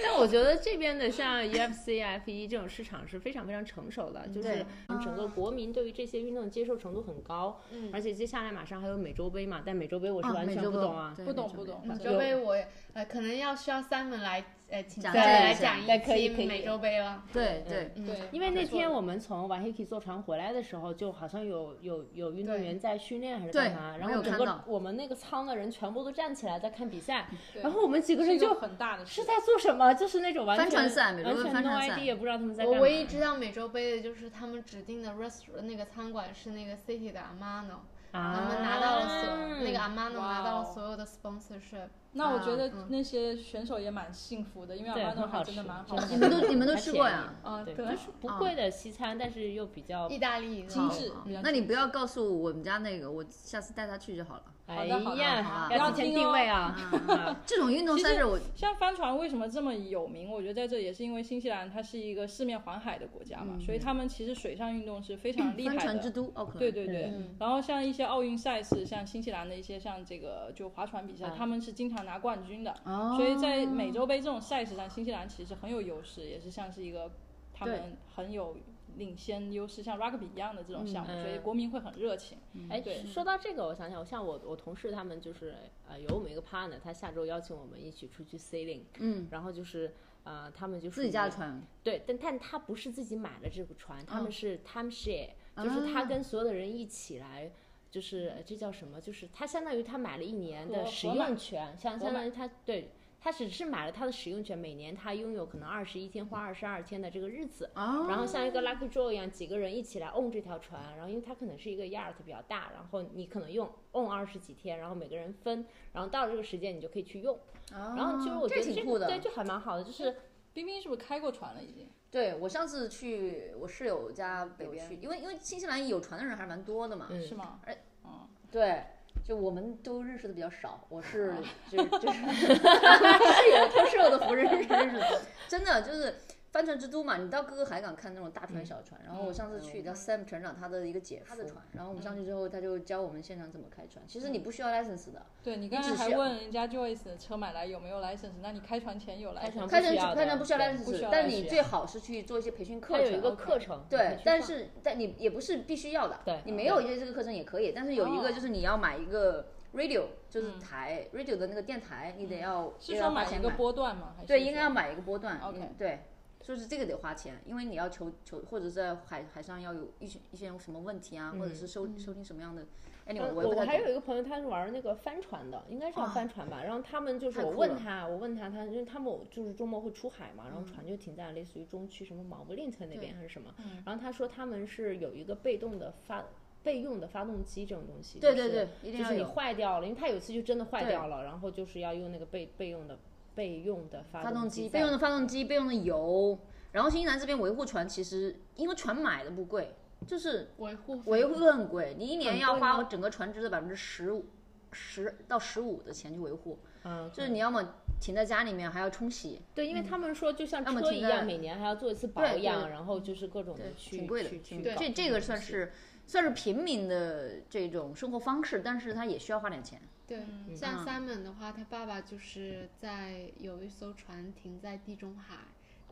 Speaker 3: 但我觉得这边的像 UFC、F
Speaker 5: E
Speaker 3: 1这种市场是非常非常成熟的，就是
Speaker 1: 对
Speaker 5: 嗯整个国民对于这些运动的接受程度很高。
Speaker 2: 嗯
Speaker 5: 而且接下来马上还有美洲杯嘛，但美洲杯我是
Speaker 1: 啊
Speaker 5: 完
Speaker 1: 美
Speaker 5: 全
Speaker 1: 洲
Speaker 5: 不
Speaker 1: 杯
Speaker 5: 懂啊。
Speaker 1: 对
Speaker 4: 不懂
Speaker 1: 美洲
Speaker 4: 不
Speaker 1: 杯
Speaker 4: 懂
Speaker 1: 嗯
Speaker 2: 美
Speaker 4: 美
Speaker 2: 洲
Speaker 4: 洲
Speaker 2: 杯我呃可能要需要 Simon 来呃请
Speaker 1: 讲
Speaker 2: Simon 来
Speaker 1: 解一下
Speaker 2: 讲
Speaker 5: 对
Speaker 2: 一
Speaker 5: 可以
Speaker 2: 期
Speaker 5: 可以
Speaker 2: 美洲杯了。
Speaker 1: 对
Speaker 5: 嗯
Speaker 1: 对，
Speaker 4: 对，
Speaker 5: 因为那天
Speaker 4: 我
Speaker 5: 我们从 Wahiki 坐船回来的时候，就好像有有有运动员在训练还是
Speaker 1: 对
Speaker 5: 干嘛，然
Speaker 1: 我有
Speaker 5: 后整
Speaker 1: 看
Speaker 5: 个
Speaker 1: 到
Speaker 5: 我们那个舱的人全部都站起来在看比赛，
Speaker 4: 对
Speaker 5: 然后我们几个
Speaker 4: 是
Speaker 5: 人
Speaker 4: 一
Speaker 5: 就
Speaker 4: 个很大的事
Speaker 5: 是在做什么，就是那种完
Speaker 1: 帆
Speaker 5: 全
Speaker 1: 船赛美洲
Speaker 5: 完
Speaker 1: 的
Speaker 5: 全
Speaker 1: 帆
Speaker 5: no
Speaker 1: 船赛
Speaker 5: idea，也不知道他们在干
Speaker 2: 我
Speaker 5: 嘛。
Speaker 2: 唯一知道美洲杯的就是他们指定的 rest 那个餐馆是那个 City 的 Amano，、他们拿到了所、
Speaker 5: 啊
Speaker 2: 那个 Amano 拿到
Speaker 4: 哇
Speaker 2: 了
Speaker 4: 哦
Speaker 2: 所有的 sponsorship。
Speaker 4: 那我觉
Speaker 1: 啊
Speaker 4: 得那些选手也蛮幸福的，因为阿
Speaker 5: 嗯对
Speaker 4: 巴诺
Speaker 5: 很好
Speaker 4: 还真的
Speaker 5: 吃
Speaker 4: 蛮好
Speaker 5: 真的
Speaker 1: 你
Speaker 4: 吃
Speaker 1: 们
Speaker 4: 的，
Speaker 1: 都你们
Speaker 5: [laughs]
Speaker 1: 都
Speaker 5: 还
Speaker 1: 吃
Speaker 5: 便
Speaker 1: 过
Speaker 5: 宜嗯
Speaker 1: 呀？
Speaker 3: 哦
Speaker 1: 哦
Speaker 4: 啊
Speaker 5: 对，
Speaker 4: 对
Speaker 5: 就是不贵的西餐，但是又比较
Speaker 2: 意大利
Speaker 4: 精致
Speaker 1: 好好
Speaker 5: 嗯
Speaker 4: 比较
Speaker 1: 那你
Speaker 4: 精
Speaker 1: 不要告诉我们家那个，我下次带他去就好了。
Speaker 5: 哎
Speaker 4: 好的好的
Speaker 1: 好
Speaker 5: 呀，
Speaker 1: 的
Speaker 5: 要提前定位啊。
Speaker 3: 嗯
Speaker 5: 啊
Speaker 1: 这种运动
Speaker 4: 其
Speaker 1: 赛
Speaker 4: 实
Speaker 1: 事我
Speaker 4: 像帆船为什么这么有名？我觉得在这也是因为新西兰它是一个四面环海的国家嘛，
Speaker 3: 嗯
Speaker 4: 所以他们其实水上运动是非常厉害
Speaker 1: 嗯帆
Speaker 4: 的。
Speaker 1: 船之都哦奥克兰。
Speaker 4: 对对
Speaker 3: 嗯啊
Speaker 4: 对，然后像一些奥运赛事，像新西兰的一些像这个就划船比赛，他们是经常拿冠军的。
Speaker 1: 哦，
Speaker 4: 所以在美洲杯这种赛事上，新西兰其实很有优势，也是像是一个他
Speaker 1: 对
Speaker 4: 们很有领先优势，像 rugby 一样的这种项目，
Speaker 3: 嗯
Speaker 4: 所以国民会很热情。
Speaker 1: 嗯
Speaker 3: 哎
Speaker 4: 对，
Speaker 3: 说到这个，我想想，像我我同事他们就是呃有我们一个 partner，他下周邀请我们一起出去 sailing，
Speaker 1: 嗯，
Speaker 3: 然后就是呃他们就
Speaker 1: 自己
Speaker 3: 属于
Speaker 1: 家的船，
Speaker 3: 对，但但他不是自己买了这个船，他们
Speaker 1: 嗯
Speaker 3: 是 time share，、就是
Speaker 1: 啊
Speaker 3: 他跟所有的人一起来。就是呃这叫什么？就是他相当于他买了一年的
Speaker 4: 合
Speaker 3: 使
Speaker 4: 合买
Speaker 3: 用权，相相
Speaker 4: 合
Speaker 3: 当
Speaker 4: 买
Speaker 3: 于他对他只是买了他的使用权，每年他拥有可能二十一天或二十二天的这个日子，
Speaker 1: 哦，
Speaker 3: 然后像一个 lucky draw 一样，几个人一起来 own 这条船，然后因为它可能是一个 yard 比较大，然后你可能用 own 二十几天，然后每个人分，然后到了这个时间你就可以去用。然
Speaker 1: 然
Speaker 3: 后其实我觉得
Speaker 1: 哦啊挺
Speaker 3: 这
Speaker 1: 酷
Speaker 3: 个
Speaker 1: 的，哎
Speaker 3: 对，就还蛮好的，就是
Speaker 4: 冰冰是不是开过船了？已经
Speaker 1: 对我上次去我室友家北边去，因为因为新西兰有船的人还蛮多的嘛，
Speaker 3: 嗯
Speaker 4: 是吗？
Speaker 1: 哎，
Speaker 4: 嗯，
Speaker 1: 对，就我们都认识的比较少，我是就就是 [laughs] 室友托室友的福认识认识的，真的就是。帆船之都嘛，你到各个海港看那种大船小船。然后我上次去叫 Sam 船长嗯他的一个姐夫，然后我们上去之后，他就教我们现场怎么开船。其实你不需要 license 的，
Speaker 4: 对你刚才
Speaker 1: 只
Speaker 4: 还
Speaker 1: 是嗯
Speaker 4: 问人家 Joyce 的车买来有没有 license，那你开船前有
Speaker 3: 开
Speaker 4: license？
Speaker 3: 船
Speaker 1: 开
Speaker 3: 不
Speaker 1: 船
Speaker 3: 需要
Speaker 1: 开船
Speaker 3: 的
Speaker 1: 不需要
Speaker 3: 对
Speaker 1: license，
Speaker 4: 不需要
Speaker 1: 但你
Speaker 3: license
Speaker 1: 最好是去做一些培训课
Speaker 3: 它
Speaker 1: 程。啊
Speaker 3: 有一个
Speaker 1: OK
Speaker 3: 课程，你可以
Speaker 1: 对
Speaker 3: 去，
Speaker 1: 但
Speaker 3: 上
Speaker 1: 是但你也不是必须要的，
Speaker 3: 对
Speaker 1: 你没有一些这个课程也可以，但是有一个
Speaker 4: 哦
Speaker 1: 就是你要买一个 radio，就是
Speaker 3: 嗯
Speaker 1: 台 radio 的那个电台，你得要
Speaker 4: 是
Speaker 1: 也
Speaker 4: 说
Speaker 1: 要花
Speaker 4: 买一
Speaker 1: 钱
Speaker 4: 个
Speaker 1: 买，
Speaker 4: 波段吗？还是
Speaker 1: 对，应
Speaker 4: 说
Speaker 1: 该要买一个波段
Speaker 4: OK
Speaker 1: 嗯对，就是这个得花钱，因为你要求求或者在海海上要有一些一些什么问题啊，或者是收收听什么样的，anyway
Speaker 3: 嗯
Speaker 1: 也
Speaker 3: 我
Speaker 1: 不
Speaker 3: 我
Speaker 1: 太
Speaker 3: 还
Speaker 1: 懂
Speaker 3: 有一个朋友，他是玩那个帆船的，应该是叫
Speaker 1: 啊
Speaker 3: 帆船吧。然后他们就是
Speaker 1: 太
Speaker 3: 我
Speaker 1: 酷
Speaker 3: 问
Speaker 1: 了嗯
Speaker 3: 他，我问他，他因为他们就是周末会出海嘛，然后船就停在类似于中区什么毛布林特那边还是什么。
Speaker 1: 嗯
Speaker 3: 然后他说他们是有一个被动的发备用的发动机这种东西，
Speaker 1: 对对
Speaker 3: 就是
Speaker 1: 对一定
Speaker 3: 就
Speaker 1: 要
Speaker 3: 是你
Speaker 1: 有
Speaker 3: 坏掉了，因为他有一次就真的坏
Speaker 1: 对
Speaker 3: 掉了，然后就是要用那个备备用的备用的发
Speaker 1: 发动机，
Speaker 3: 机，
Speaker 1: 备用的。发动机，备用的油，然后新西兰这边维护船其实因为船买的不贵，就是
Speaker 2: 维护费
Speaker 1: 维护很贵，你一年
Speaker 3: 很
Speaker 1: 要
Speaker 3: 贵
Speaker 1: 花
Speaker 3: 吗
Speaker 1: 整个船只的百分之十五、十到十五的钱去维护，
Speaker 3: 嗯，
Speaker 1: 就是你要么停在家里面还要冲洗，
Speaker 3: 对，因为他们说就像
Speaker 1: 嗯那么
Speaker 3: 车
Speaker 1: 停
Speaker 3: 一
Speaker 1: 在
Speaker 3: 样，每年还要做一次保
Speaker 1: 对对
Speaker 3: 养，然后就是各种的去
Speaker 1: 挺贵的
Speaker 3: 去，去
Speaker 1: 挺
Speaker 3: 搞
Speaker 1: 这这个
Speaker 3: 种东
Speaker 1: 算
Speaker 3: 西
Speaker 1: 是算是平民的这种生活方式，但是它也需要花点钱。
Speaker 2: 对，
Speaker 1: 嗯
Speaker 5: 嗯
Speaker 2: 像 Simon 的话，他爸爸就是在有一艘船停在地中海，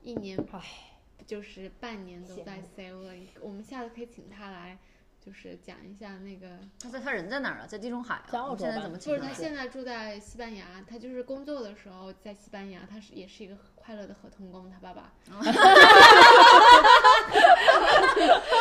Speaker 2: 一年就是半年都在 sailing。我们下次可以请他来，就是讲一下那个，
Speaker 1: 他在他人在哪儿啊？在地中海啊？
Speaker 3: 在澳
Speaker 1: 我们
Speaker 3: 洲
Speaker 1: 现在
Speaker 3: 吧
Speaker 1: 怎么
Speaker 2: 就
Speaker 1: 请
Speaker 2: 是
Speaker 1: 他
Speaker 2: 他
Speaker 1: 来？
Speaker 2: 现在住在西班牙，他就是工作的时候在西班牙，他是也是一个快乐的合同工，他爸爸。
Speaker 3: [laughs]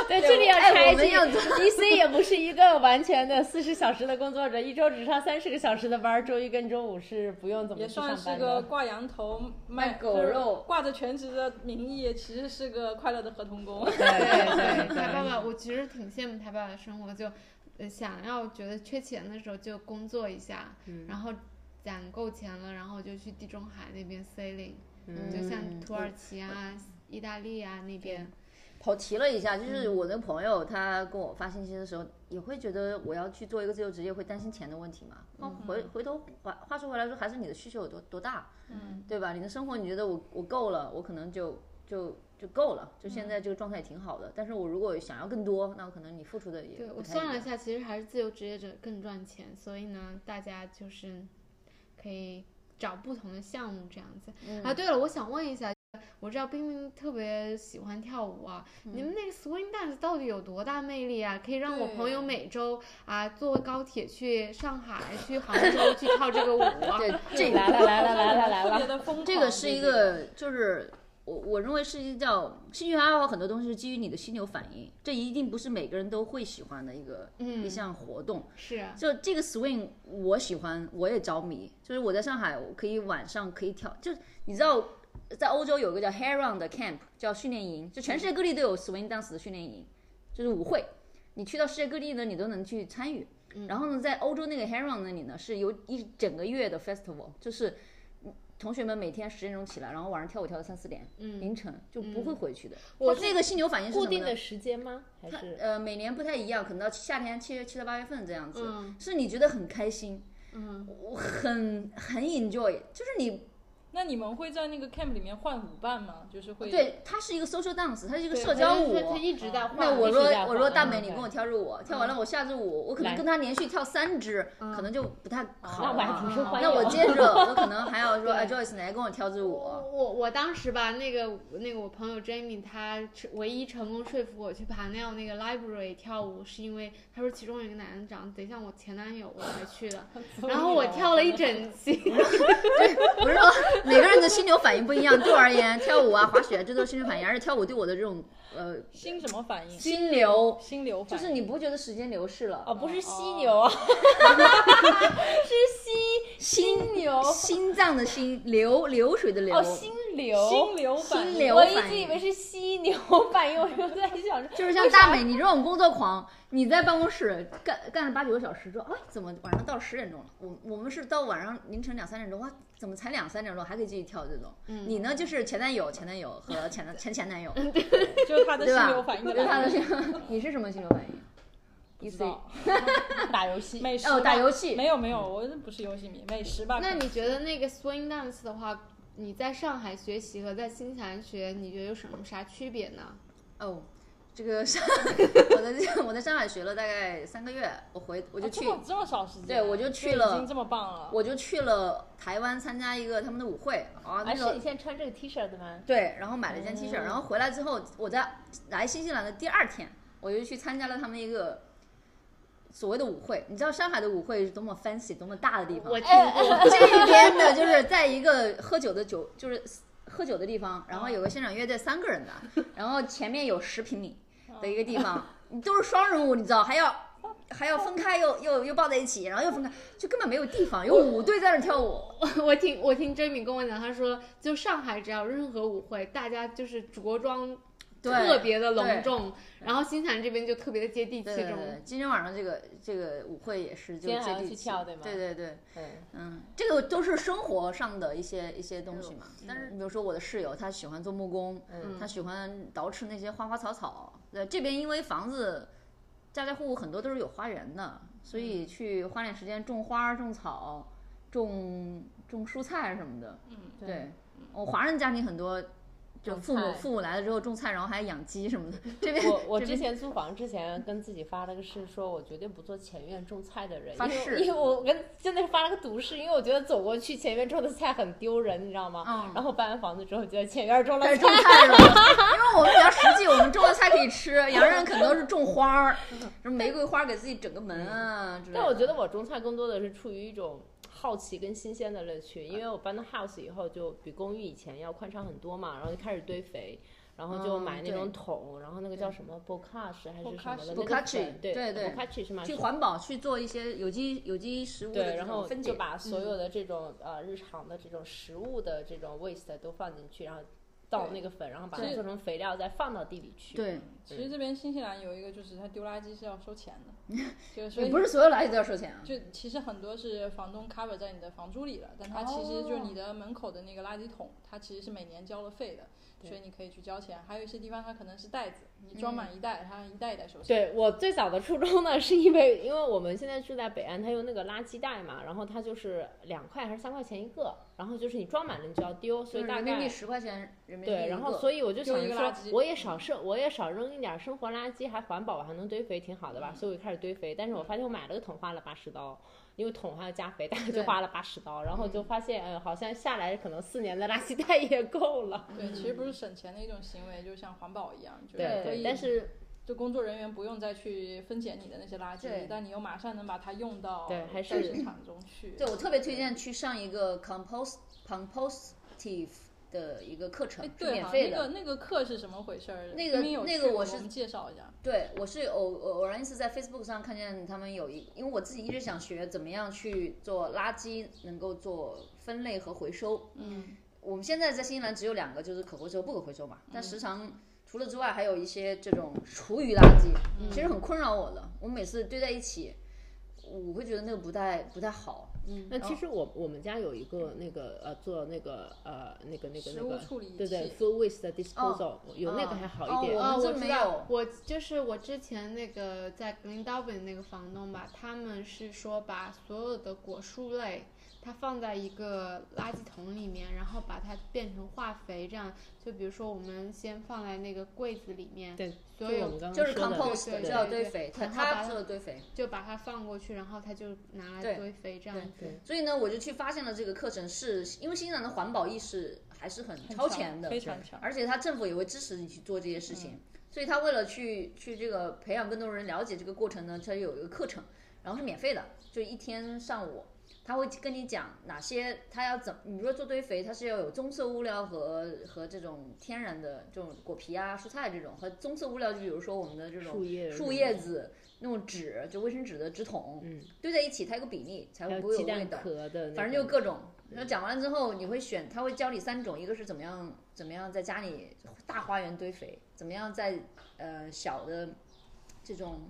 Speaker 3: 对，这里要
Speaker 1: 哎
Speaker 3: 拆
Speaker 1: 我们
Speaker 3: 这
Speaker 1: 要 [laughs]
Speaker 3: [laughs] 个 DC 也不是一个完全的四十小时的工作者，一周只上三十个小时的班儿，周一跟周五是不用怎么
Speaker 4: 也
Speaker 3: 去上
Speaker 4: 算是
Speaker 3: 班的。
Speaker 4: 个 [laughs] 挂羊头
Speaker 1: 卖
Speaker 4: 卖
Speaker 1: 狗
Speaker 4: 就是
Speaker 1: 肉
Speaker 4: 挂着全职的名义，其实是个快乐的合
Speaker 1: [laughs]
Speaker 4: 同工。
Speaker 3: 对对对
Speaker 2: 对 [laughs] 他爸
Speaker 3: 对，
Speaker 2: 爸，我其实挺羡慕他爸爸的生活，就呃想要觉得缺钱的时候就工作一下，然后攒够钱了，然后就去地中海那边 sailing，、就像土耳其啊、意大利啊那边。
Speaker 1: 跑题了一下，就是
Speaker 2: 嗯
Speaker 1: 我那朋友他跟我发信息的时候，也会觉得我要去做一个自由职业，会担心钱的问题嘛。那
Speaker 2: 哦
Speaker 1: 回
Speaker 2: 嗯
Speaker 1: 回头话话说回来说，还是你的需求有多多大，嗯，对吧？你的生活你觉得我我够了，我可能就就就够了，就
Speaker 2: 嗯
Speaker 1: 现在这个状态也挺好的。但是我如果想要更多，那我可能你付出的也
Speaker 2: 对
Speaker 1: 不
Speaker 2: 我
Speaker 1: 太
Speaker 2: 算了
Speaker 1: 一
Speaker 2: 一
Speaker 1: 样。
Speaker 2: 下，其实还是自由职业者更赚钱，所以呢，大家就是可以找不同的项目这样子。啊，对了，我想问一下。我知道冰冰特别喜欢跳舞啊，你们那个 swing dance 到底有多大魅力啊？可以让我朋友
Speaker 4: 对
Speaker 2: 每周啊坐高铁去上海、去杭州去跳这个舞啊
Speaker 1: 对，这
Speaker 3: 来了来了来了来
Speaker 4: 特别
Speaker 3: 了，
Speaker 4: 的疯狂。
Speaker 1: 这个是一个，就是我我认为是一叫兴趣爱好，很多东西是基于你的心流反应，这一定不是每个人都会喜欢的一个、
Speaker 2: 嗯
Speaker 1: 一项活动。
Speaker 2: 是啊，
Speaker 1: 就这个 swing，我喜欢，我也着迷。就是我在上海，我可以晚上可以跳，就是你知道，在欧洲有一个叫 Heron 的 camp，叫训练营，就全世界各地都有 swing dance 的训练营，就是舞会。你去到世界各地呢，你都能去参与。
Speaker 3: 嗯
Speaker 1: 然后呢，在欧洲那个 Heron 那里呢，是有一整个月的 festival，就是嗯同学们每天十点钟起来，然后晚上跳舞跳到三四点，凌晨就不会回去的。我那个心流反应是什么
Speaker 3: [laughs] 嗯固
Speaker 1: 呢
Speaker 3: 定的时间吗？还
Speaker 1: 它
Speaker 3: 是
Speaker 1: 呃每年不太一样，可能到夏天七月七到八月份这样子，
Speaker 2: 嗯
Speaker 1: 是你觉得很开心，
Speaker 2: 嗯，
Speaker 1: 我很很 enjoy，就是你
Speaker 4: 那你们会在那个 camp 里面换舞伴吗？就是会
Speaker 1: 对，它是一个 social dance，它是一个
Speaker 4: 对
Speaker 1: 社交舞
Speaker 2: 他。他一直在换。
Speaker 1: 哦那我
Speaker 2: 一直
Speaker 1: 若
Speaker 6: 在
Speaker 1: 我
Speaker 6: 换
Speaker 1: 若
Speaker 6: 嗯
Speaker 1: 大美，你
Speaker 6: 对
Speaker 1: 跟我跳支舞，跳完了我下支舞，我可能
Speaker 6: 来
Speaker 1: 跟他连续跳三支，可能就不太
Speaker 3: 那
Speaker 1: 好
Speaker 3: 我还
Speaker 1: 了。
Speaker 3: 挺受欢迎。
Speaker 1: 那我接着，我可能还要说，哎
Speaker 2: 对
Speaker 1: ，Joyce，你来跟我跳支舞。
Speaker 2: 我我我当时吧，那个那个我朋友 Jamie，他成唯一成功说服我去爬那样那个 library 跳舞，是因为他说其中有一个男的长得贼像我前男友，我才去的。然后我跳了一整期，
Speaker 1: 不是说每个人的心流反应不一样，对我而言，跳舞啊、滑雪啊，这都是心流反应，而且跳舞对我的这种呃
Speaker 4: 心什么反应？
Speaker 1: 心流，
Speaker 4: 心流
Speaker 1: 就
Speaker 4: 反应哦
Speaker 1: 是你不觉得时间流逝了，
Speaker 3: 哦，不是犀
Speaker 1: [laughs]
Speaker 3: 牛啊，
Speaker 1: 心
Speaker 3: 牛
Speaker 1: 心脏的心，流流水的流，
Speaker 3: 哦，心流，
Speaker 4: 心流反应
Speaker 1: 心流
Speaker 3: 我
Speaker 1: 反
Speaker 3: 一
Speaker 1: 应
Speaker 3: 直以为是犀牛反应，我就在想说，
Speaker 1: 就是像大美你这种工作狂，你在办公室干干了八九个小时之后，哎，怎么晚上到十点钟了？我我们是到晚上凌晨两三点钟，哇，怎么才两三点钟还可以继续跳这种？
Speaker 3: 嗯
Speaker 1: 你呢，就是前男友、前男友和前男前前男友，
Speaker 4: 就是他的
Speaker 1: 对
Speaker 4: 心
Speaker 1: 吧？
Speaker 4: 流反应的
Speaker 1: 对他
Speaker 4: 来
Speaker 1: 的
Speaker 4: 源。
Speaker 1: 心，你是什么心流反应？
Speaker 4: 不知道
Speaker 1: [laughs]
Speaker 3: 打游戏，
Speaker 4: 美食
Speaker 1: 哦
Speaker 4: 吧
Speaker 1: 打游戏
Speaker 4: 没有没有，我不是游戏迷，美食吧？
Speaker 2: 那你觉得那个 swing dance 的话，你在上海学习和在新西兰学，你觉得有什么啥区别呢？ [laughs]
Speaker 1: 哦，这个上我在这我在上海学了大概三个月，我回我
Speaker 4: 我
Speaker 1: 就去，
Speaker 4: 哦这么啊这么少时间，
Speaker 1: 对我就去
Speaker 4: 已
Speaker 1: 了
Speaker 4: 经这么棒了。
Speaker 1: 我就去了台湾参加一个他们的舞会啊，那
Speaker 3: 而
Speaker 1: 时
Speaker 3: 且
Speaker 1: 候
Speaker 3: 你现在穿这个 T 恤的吗？
Speaker 1: 对，然后买了一件 T 恤，然后回来之后，我在来新西兰的第二天，我就去参加了他们一个所谓的舞会。你知道上海的舞会是多么 fancy、多么大的地方吗？
Speaker 2: 我听
Speaker 3: 呃
Speaker 1: [laughs]
Speaker 2: 过，
Speaker 1: 这边
Speaker 3: [laughs]
Speaker 1: 的就是在一个喝酒的酒，就是喝酒的地方，然后有个现场乐队三个人的，然后前面有十平米的一个地
Speaker 3: [laughs]
Speaker 1: 方，你都是双人舞，你知道还要。还要分开又又又抱在一起，然后又分开，就根本没有地方，有五队在那儿跳
Speaker 3: [laughs]
Speaker 1: 舞。
Speaker 2: 我听我听真敏跟我讲，他说就上海只要任何舞会，大家就是着装
Speaker 1: 对
Speaker 2: 特别的隆
Speaker 1: 对
Speaker 2: 重，然后新西兰这边就特别的接地气
Speaker 1: 对
Speaker 2: 这
Speaker 1: 对
Speaker 2: 种。
Speaker 1: 对，今天晚上这个这个舞会也是就
Speaker 3: 今天还
Speaker 1: 接
Speaker 3: 要
Speaker 1: 地
Speaker 3: 去
Speaker 1: 气
Speaker 3: 跳对吗
Speaker 1: 对对对，
Speaker 3: 嗯，
Speaker 1: 嗯，这个都是生活上的一些一些东西嘛。但是比如说我的室友，他喜欢做木工，
Speaker 3: 嗯
Speaker 1: 他喜欢捯饬那些花花草草。对，这边因为房子家家户户很多都是有花园的，所
Speaker 3: 嗯
Speaker 1: 以去花点时间种花、种草、种种蔬菜什么的。
Speaker 4: 嗯，
Speaker 1: 对，我华人家庭很多。就
Speaker 3: 种
Speaker 1: 父母
Speaker 3: 菜
Speaker 1: 父母来了之后种菜，然后还养鸡什么
Speaker 3: [laughs]
Speaker 1: 的。这边
Speaker 3: 我我
Speaker 1: 这
Speaker 3: 之
Speaker 1: 边
Speaker 3: 前租房之前跟自己发了个誓，说我绝对不做前院种菜的人，
Speaker 1: 发
Speaker 3: 因为
Speaker 1: 誓
Speaker 3: 因为我跟真的是发了个毒誓，因为我觉得走过去前院种的菜很丢人，你知道吗？
Speaker 1: [laughs]
Speaker 3: [laughs]
Speaker 1: 嗯
Speaker 3: 然后搬完房子之后，觉得前院种了
Speaker 1: 开
Speaker 3: 菜
Speaker 1: 始种菜了， [laughs] 因为我们比较实际，我们种的菜可以吃。洋人可能都是种花儿，什么玫瑰花给自己整个门啊之类的。
Speaker 3: 但我觉得我种菜更多的是出于一种好奇跟新鲜的乐趣，因为我搬到 house 以后就比公寓以前要宽敞很多嘛，然后就开始堆肥，然后就
Speaker 1: 嗯
Speaker 3: 买那
Speaker 1: 对
Speaker 3: 种桶，然后那个叫什么 bocash 还是什么的
Speaker 4: Bokashi
Speaker 3: 那个粉
Speaker 1: Bokashi，
Speaker 3: 对
Speaker 1: 对对
Speaker 3: bocash 是吗？
Speaker 1: 去
Speaker 3: 是
Speaker 1: 环保，去做一些有机有机食物的
Speaker 3: 对，
Speaker 1: 这
Speaker 3: 然
Speaker 1: 种
Speaker 3: 后
Speaker 1: 分
Speaker 3: 就
Speaker 1: 解。嗯
Speaker 3: 把所有的这种呃日常的这种食物的这种 waste 都放进去，然后倒那个粉，然后把它
Speaker 4: 对
Speaker 3: 做成肥料，再放到地里去。
Speaker 1: 对，
Speaker 4: 其实这边新西兰有一个，就是他丢垃圾是要收钱的，就是所
Speaker 1: 也
Speaker 4: 以
Speaker 1: 不是所有垃圾都要收钱啊。
Speaker 4: 就其实很多是房东 cover 在你的房租里了，但他其实就是你的门口的那个垃圾桶，它其实是每年交了费的，
Speaker 3: 对
Speaker 4: 所以你可以去交钱。还有一些地方它可能是袋子，你装满一袋，它一袋一袋收拾。
Speaker 3: 对我最早的初衷呢，是因为因为我们现在住在北岸，它有那个垃圾袋嘛，然后它就是两块还是三块钱一个，然后就是你装满了你就要丢，所
Speaker 1: 就
Speaker 3: 以
Speaker 1: 是
Speaker 3: 大
Speaker 1: 人民
Speaker 3: 概
Speaker 1: 币十块钱人民币
Speaker 3: 对，
Speaker 1: 一
Speaker 3: 然后
Speaker 1: 个
Speaker 3: 所以我就
Speaker 4: 丢
Speaker 3: 想
Speaker 4: 一
Speaker 3: 着
Speaker 4: 个
Speaker 3: 说
Speaker 4: 垃圾，
Speaker 3: 我也少剩，我也少扔一点生活垃圾，还环保，我还能堆肥，挺好的
Speaker 1: 嗯
Speaker 3: 吧？所以我就开始堆肥，但是我发现我买了个桶花了八十刀，因为桶还要加肥，大概
Speaker 1: 对嗯
Speaker 3: 就花了八十刀，然后就发现，哎，好像下来可能四年的垃圾袋也够了。
Speaker 4: 对，其实不是省钱的一种行为，就像环保一样，就是
Speaker 3: 对
Speaker 4: 可以，
Speaker 3: 但是
Speaker 4: 就工作人员不用再去分拣你的那些垃圾
Speaker 1: 对，
Speaker 4: 但你又马上能把它用到
Speaker 3: 对还
Speaker 4: 在
Speaker 3: 是
Speaker 1: 嗯
Speaker 4: 生产中去。
Speaker 1: 对我特别推荐去上一个 compost compostive [laughs] 的一个课程
Speaker 4: 哎，，
Speaker 1: 是
Speaker 4: 对
Speaker 1: 免
Speaker 4: 哈，
Speaker 1: 费
Speaker 4: 那
Speaker 1: 的。
Speaker 4: 个那个课是什么回事儿？
Speaker 1: 那个
Speaker 4: 明明有
Speaker 1: 那
Speaker 4: 去
Speaker 1: 个
Speaker 4: 过
Speaker 1: 我
Speaker 4: 我
Speaker 1: 是嗯
Speaker 4: 们介绍一下。
Speaker 1: 对，我是偶偶偶然一次在 Facebook 上看见他们有一，因为我自己一直想学怎么样去做垃圾能够做分类和回收。
Speaker 4: 嗯，
Speaker 1: 我们现在在新西兰只有两个，就是可回收、不可回收嘛。但时常除了之外，还有一些这种厨余垃圾，其实很困扰我的。我每次堆在一起，我会觉得那个不太不太好。
Speaker 3: 那其实我我们家有一个那个呃做那个呃那个那个
Speaker 4: 食
Speaker 3: 那
Speaker 4: 物
Speaker 3: 个
Speaker 4: 处理
Speaker 3: 对对
Speaker 4: 器
Speaker 3: food waste disposal、有那个还好一点。
Speaker 1: 哦
Speaker 2: 哦，
Speaker 1: 我
Speaker 2: 我
Speaker 1: 们这
Speaker 2: 知
Speaker 1: 没有
Speaker 2: 道，我就是我之前那个在 Green Dublin 那个房东吧，他们是说把所有的果蔬类，它放在一个垃圾桶里面，然后把它变成化肥，这样就比如说我们先放在那个柜子里面，
Speaker 3: 对，
Speaker 2: 所
Speaker 3: 就
Speaker 2: 有
Speaker 3: 我们刚
Speaker 1: 哦就
Speaker 3: 刚
Speaker 1: 是
Speaker 3: 说的
Speaker 1: compost
Speaker 2: 对
Speaker 1: 就
Speaker 2: 对
Speaker 1: 要
Speaker 2: 对
Speaker 1: 堆肥，它
Speaker 2: 然后把
Speaker 1: 它
Speaker 2: 它
Speaker 1: 说的堆肥。
Speaker 2: 就把它放过去，然后它就拿
Speaker 1: 对
Speaker 2: 来堆肥这样
Speaker 1: 对
Speaker 2: 子。
Speaker 1: 所以呢，我就去发现了这个课程是，因为新西兰的环保意识还是很超前的，
Speaker 4: 非常强。
Speaker 1: 而且他政府也会支持你去做这些事
Speaker 3: 嗯
Speaker 1: 情，所以他为了去去这个培养更多人了解这个过程呢，他有一个课程，然后是免费的，就一天上午，他会跟你讲哪些他要怎，你如果做堆肥，它是要有棕色物料和和这种天然的这种果皮啊、蔬菜这种，和棕色物料就比如说我们的这种
Speaker 3: 树叶
Speaker 1: 树叶子。那种纸就卫生纸的纸筒，
Speaker 3: 嗯，
Speaker 1: 堆在一起，它有个比例，才
Speaker 3: 还
Speaker 1: 会不会
Speaker 3: 有
Speaker 1: 有
Speaker 3: 鸡
Speaker 1: 味
Speaker 3: 蛋
Speaker 1: 道。
Speaker 3: 壳的那种，
Speaker 1: 反正就各种。然后讲完了之后，你会选，他会教你三种，一个是怎么样怎么样在家里大花园堆肥，怎么样在呃小的这种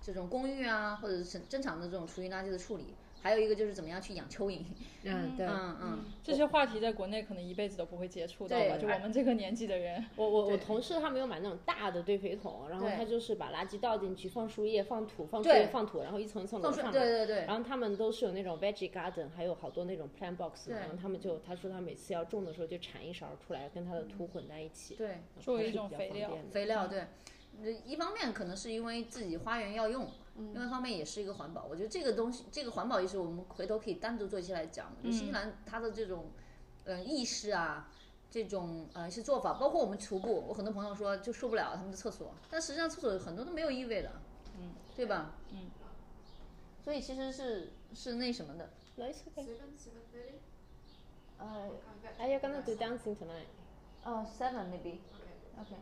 Speaker 1: 这种公寓啊，或者是正常的这种厨余垃圾的处理，还有一个就是怎么样去养蚯蚓。
Speaker 3: 嗯对。
Speaker 1: 嗯嗯，
Speaker 4: 这些话题在国内可能一辈子都不会接触到
Speaker 1: 对
Speaker 4: 吧？就
Speaker 1: 而
Speaker 4: 我们这个年纪的人，
Speaker 5: 我我我
Speaker 1: 对
Speaker 5: 同事他们有买那种大的堆肥桶，然后
Speaker 1: 对
Speaker 5: 他就是把垃圾倒进去，放树叶、放土、放树
Speaker 1: 对
Speaker 5: 叶、放土，然后一层一层
Speaker 1: 放
Speaker 5: 楼
Speaker 1: 水
Speaker 5: 上
Speaker 1: 对
Speaker 5: 来。
Speaker 1: 对对，
Speaker 5: 然后他们都是有那种 veggie garden，还有好多那种 plant box 嘛，
Speaker 1: 对
Speaker 5: 然后他们就他说他每次要种的时候就铲一勺出来，跟他的土混在一起，
Speaker 1: 对
Speaker 5: 然后
Speaker 4: 作为
Speaker 5: 还
Speaker 4: 一
Speaker 5: 是
Speaker 4: 种
Speaker 5: 比较
Speaker 4: 肥
Speaker 5: 方
Speaker 4: 料
Speaker 5: 便的
Speaker 1: 肥
Speaker 3: [laughs]
Speaker 1: 料对。呃一方面可能是因为自己花园要用，
Speaker 2: 嗯
Speaker 1: 另外一方面也是一个环保。我觉得这个东西，这个环保意识，我们回头可以单独做一期来讲。我觉得新西兰它的这种，呃，意识啊，这种呃一些做法，包括我们徒步，我很多朋友说就受不了他们的厕所，但实际上厕所很多都没有异味的，
Speaker 4: 嗯，
Speaker 1: 对吧？
Speaker 4: 嗯。
Speaker 1: 所以其实是是那什么的，
Speaker 5: No, it's okay. Uh,
Speaker 1: 呃哎
Speaker 5: are you gonna do dancing tonight?
Speaker 1: 哦、s e v e n maybe。OK。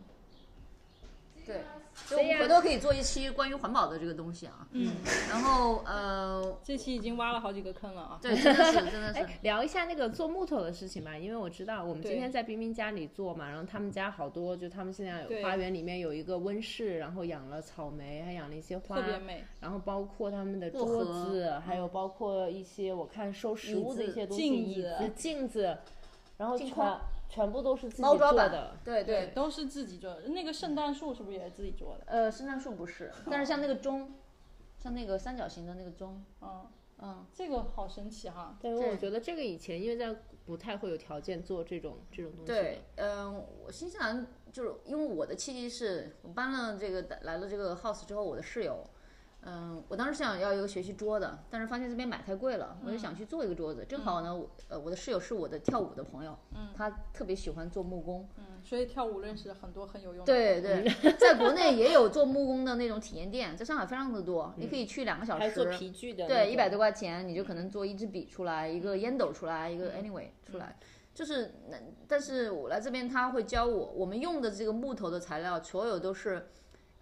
Speaker 1: 对，所
Speaker 5: 谁
Speaker 1: 以啊我们
Speaker 5: 呀
Speaker 1: 回头可以做一期关于环保的这个东西啊。
Speaker 4: 嗯， [laughs]
Speaker 1: 然后呃，
Speaker 4: 这期已经挖了好几个坑了啊。
Speaker 1: 对，真的是真的是，
Speaker 3: 聊一下那个做木头的事情吧，因为我知道我们
Speaker 4: 对
Speaker 3: 今天在冰冰家里做嘛，然后他们家好多，就他们现在
Speaker 4: 对
Speaker 3: 有花园里面有一个温室，然后养了草莓，还养了一些花
Speaker 4: 特，别美，
Speaker 3: 然后包括他们的
Speaker 1: 薄
Speaker 3: 桌
Speaker 1: 荷嗯
Speaker 3: 子，还有包括一些我看收食物的
Speaker 1: 椅
Speaker 3: 一
Speaker 1: 子
Speaker 3: 些东西，
Speaker 4: 镜
Speaker 3: 椅
Speaker 4: 子
Speaker 3: 子、镜子，然后
Speaker 1: 镜
Speaker 3: 全
Speaker 1: 框
Speaker 3: 全部都是自己
Speaker 1: 猫
Speaker 3: 做
Speaker 1: 抓板
Speaker 3: 的。
Speaker 1: 对对。
Speaker 4: 都是自己做的。那个圣诞树是不是也是自己做的？
Speaker 1: 呃，圣诞树不是，但是像那个钟，像那个三角形的那个钟，
Speaker 4: 嗯，
Speaker 1: 嗯，
Speaker 4: 这个好神奇哈。
Speaker 3: 但
Speaker 1: 对
Speaker 3: 是我觉得这个以前因为在不太会有条件做这种这种东西的
Speaker 1: 对，，嗯、我新西兰就是因为我的契机是我搬了这个来了这个 house 之后，我的室友。嗯，我当时想要一个学习桌的，但是发现这边买太贵了，我就想去做一个桌子。正好呢，我呃，我的室友是我的跳舞的朋友，
Speaker 4: 嗯
Speaker 1: 他特别喜欢做木嗯工，
Speaker 4: 嗯，所以跳舞认识了很多很有用的。，
Speaker 1: 对对，在国内也有做木工的那种体验店，在上海非常的多，你可以去两个小
Speaker 5: 还
Speaker 1: 时，
Speaker 5: 有做皮具的那种，
Speaker 1: 对，一百多块钱，你就可
Speaker 3: 嗯
Speaker 1: 能做一支笔出来，一个烟斗出来，一个 anyway 出来，
Speaker 3: 嗯
Speaker 1: 就是那。但是我来这边，他会教我，我们用的这个木头的材料，所有都是，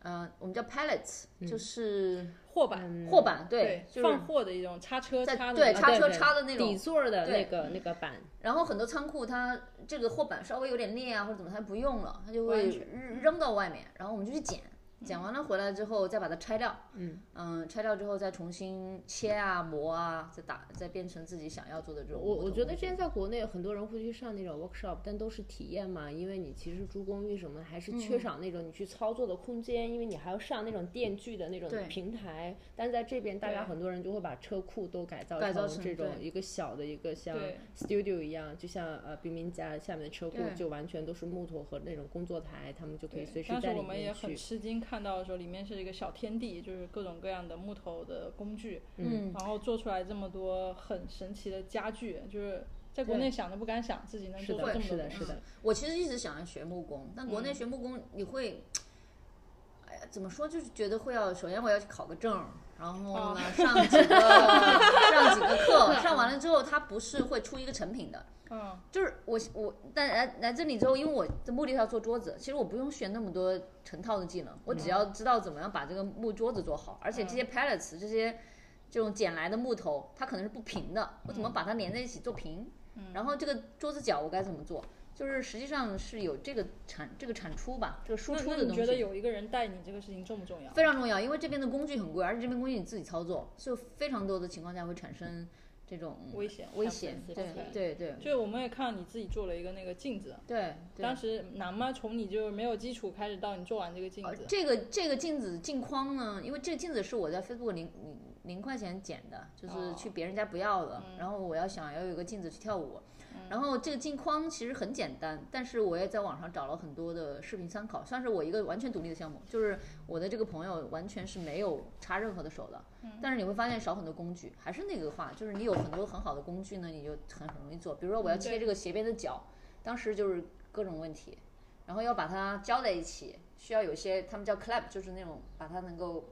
Speaker 1: 呃，我们叫 pellets，就是
Speaker 3: 嗯
Speaker 4: 货板，
Speaker 1: 货板，对
Speaker 4: 对，，
Speaker 1: 就是
Speaker 4: 放货的一种插车
Speaker 1: 在
Speaker 4: 插的
Speaker 1: 对
Speaker 4: 那
Speaker 1: 插
Speaker 4: 种
Speaker 1: 车插的那
Speaker 3: 啊
Speaker 1: 种。
Speaker 3: 底座的
Speaker 1: 对
Speaker 3: 那个那个板，
Speaker 1: 然后很多仓库它这个货板稍微有点裂啊或者怎么，它不用了，它就
Speaker 4: 不安
Speaker 1: 会
Speaker 4: 全
Speaker 3: 嗯
Speaker 1: 扔扔到外面，然后我们就去捡。捡完了回来之后，再把它拆掉，
Speaker 3: 嗯
Speaker 1: 嗯，拆掉之后再重新切啊磨啊，再打再变成自己想要做的这种木
Speaker 3: 我
Speaker 1: 头工具。
Speaker 3: 我觉得之前在国内很多人会去上那种 workshop，但都是体验嘛，因为你其实住公寓什么还是
Speaker 4: 嗯
Speaker 3: 缺少那种你去操作的空间，因为你还要上那种电锯的那种
Speaker 1: 对
Speaker 3: 平台。但是在这边，大家
Speaker 4: 对
Speaker 3: 很多人就会把车库都改造
Speaker 1: 改造成
Speaker 3: 这种
Speaker 1: 对
Speaker 3: 一个小的一个像
Speaker 4: 对
Speaker 3: studio 一样，就像呃冰冰家下面的车库
Speaker 1: 对
Speaker 3: 就完全都是木头和那种工作台，他们就可以随时
Speaker 4: 当时
Speaker 3: 在
Speaker 4: 我
Speaker 3: 里
Speaker 4: 们也
Speaker 3: 面
Speaker 4: 很
Speaker 3: 去。
Speaker 4: 吃惊，看到的时候里面是一个小天地，就是各种各样的木头的工具，
Speaker 1: 嗯
Speaker 4: 然后做出来这么多很神奇的家具，就是在国内想都不敢嗯想自己能
Speaker 3: 是
Speaker 4: 做出这
Speaker 3: 的，
Speaker 4: 么
Speaker 3: 是
Speaker 4: 多
Speaker 3: 的，
Speaker 4: 东
Speaker 3: 是
Speaker 4: 西。
Speaker 3: 的，
Speaker 1: 我其实一直想要学木工，但国内学木工你会，哎呀，怎么说？就是觉得会要，首先我要去考个证儿，然后呢、上几个上几个课，上完了之后，它不是会出一个成品的。
Speaker 4: 嗯，
Speaker 1: 就是我我，但来来这里之后，因为我的目的是要做桌子，其实我不用学那么多成套的技能，我只
Speaker 4: 嗯
Speaker 1: 要知道怎么样把这个木桌子做好，而且这些 pallets 这些这种捡来的木头，它可能是不平的，我怎
Speaker 4: 嗯
Speaker 1: 么把它连在一起做平？然后这个桌子角我该怎么做？就是实际上是有这个产这个产出吧，这个输
Speaker 4: 那
Speaker 1: 出
Speaker 4: 那
Speaker 1: 的
Speaker 4: 你
Speaker 1: 东
Speaker 4: 觉得
Speaker 1: 西
Speaker 4: 有一个人带你这个事情重不重要？
Speaker 1: 非常重要，因为这边的工具很贵，而且这边工具你自己操作，所以非常多的情况下会产生这这种
Speaker 4: 危险
Speaker 1: 嗯危险，
Speaker 3: Self-defense
Speaker 1: 对
Speaker 3: okay
Speaker 1: 对对
Speaker 4: 就是我们也看到你自己做了一个那个镜子，
Speaker 1: 对。对
Speaker 4: 当时难吗？从你就是没有基础开始到你做完这个镜
Speaker 1: 呃
Speaker 4: 子，
Speaker 1: 这个这个镜子镜框呢，因为这个镜子是我在 Facebook 零零零块钱捡的，就是
Speaker 4: 哦嗯
Speaker 1: 去别人家不要的，然后我要想要有一个镜子去跳舞，然后这个镜框其实很简单，但是我也在网上找了很多的视频参考，算是我一个完全独立的项目，就是我的这个朋友完全是没有插任何的手的，
Speaker 3: 嗯
Speaker 1: 但是你会发现少很多工具，还是那个话，就是你有很多很好的工具呢，你就很很容易做，比如说我要
Speaker 4: 嗯对
Speaker 1: 切这个斜边的角，当时就是各种问题，然后要把它胶在一起，需要有一些他们叫 clap，就是那种把它能够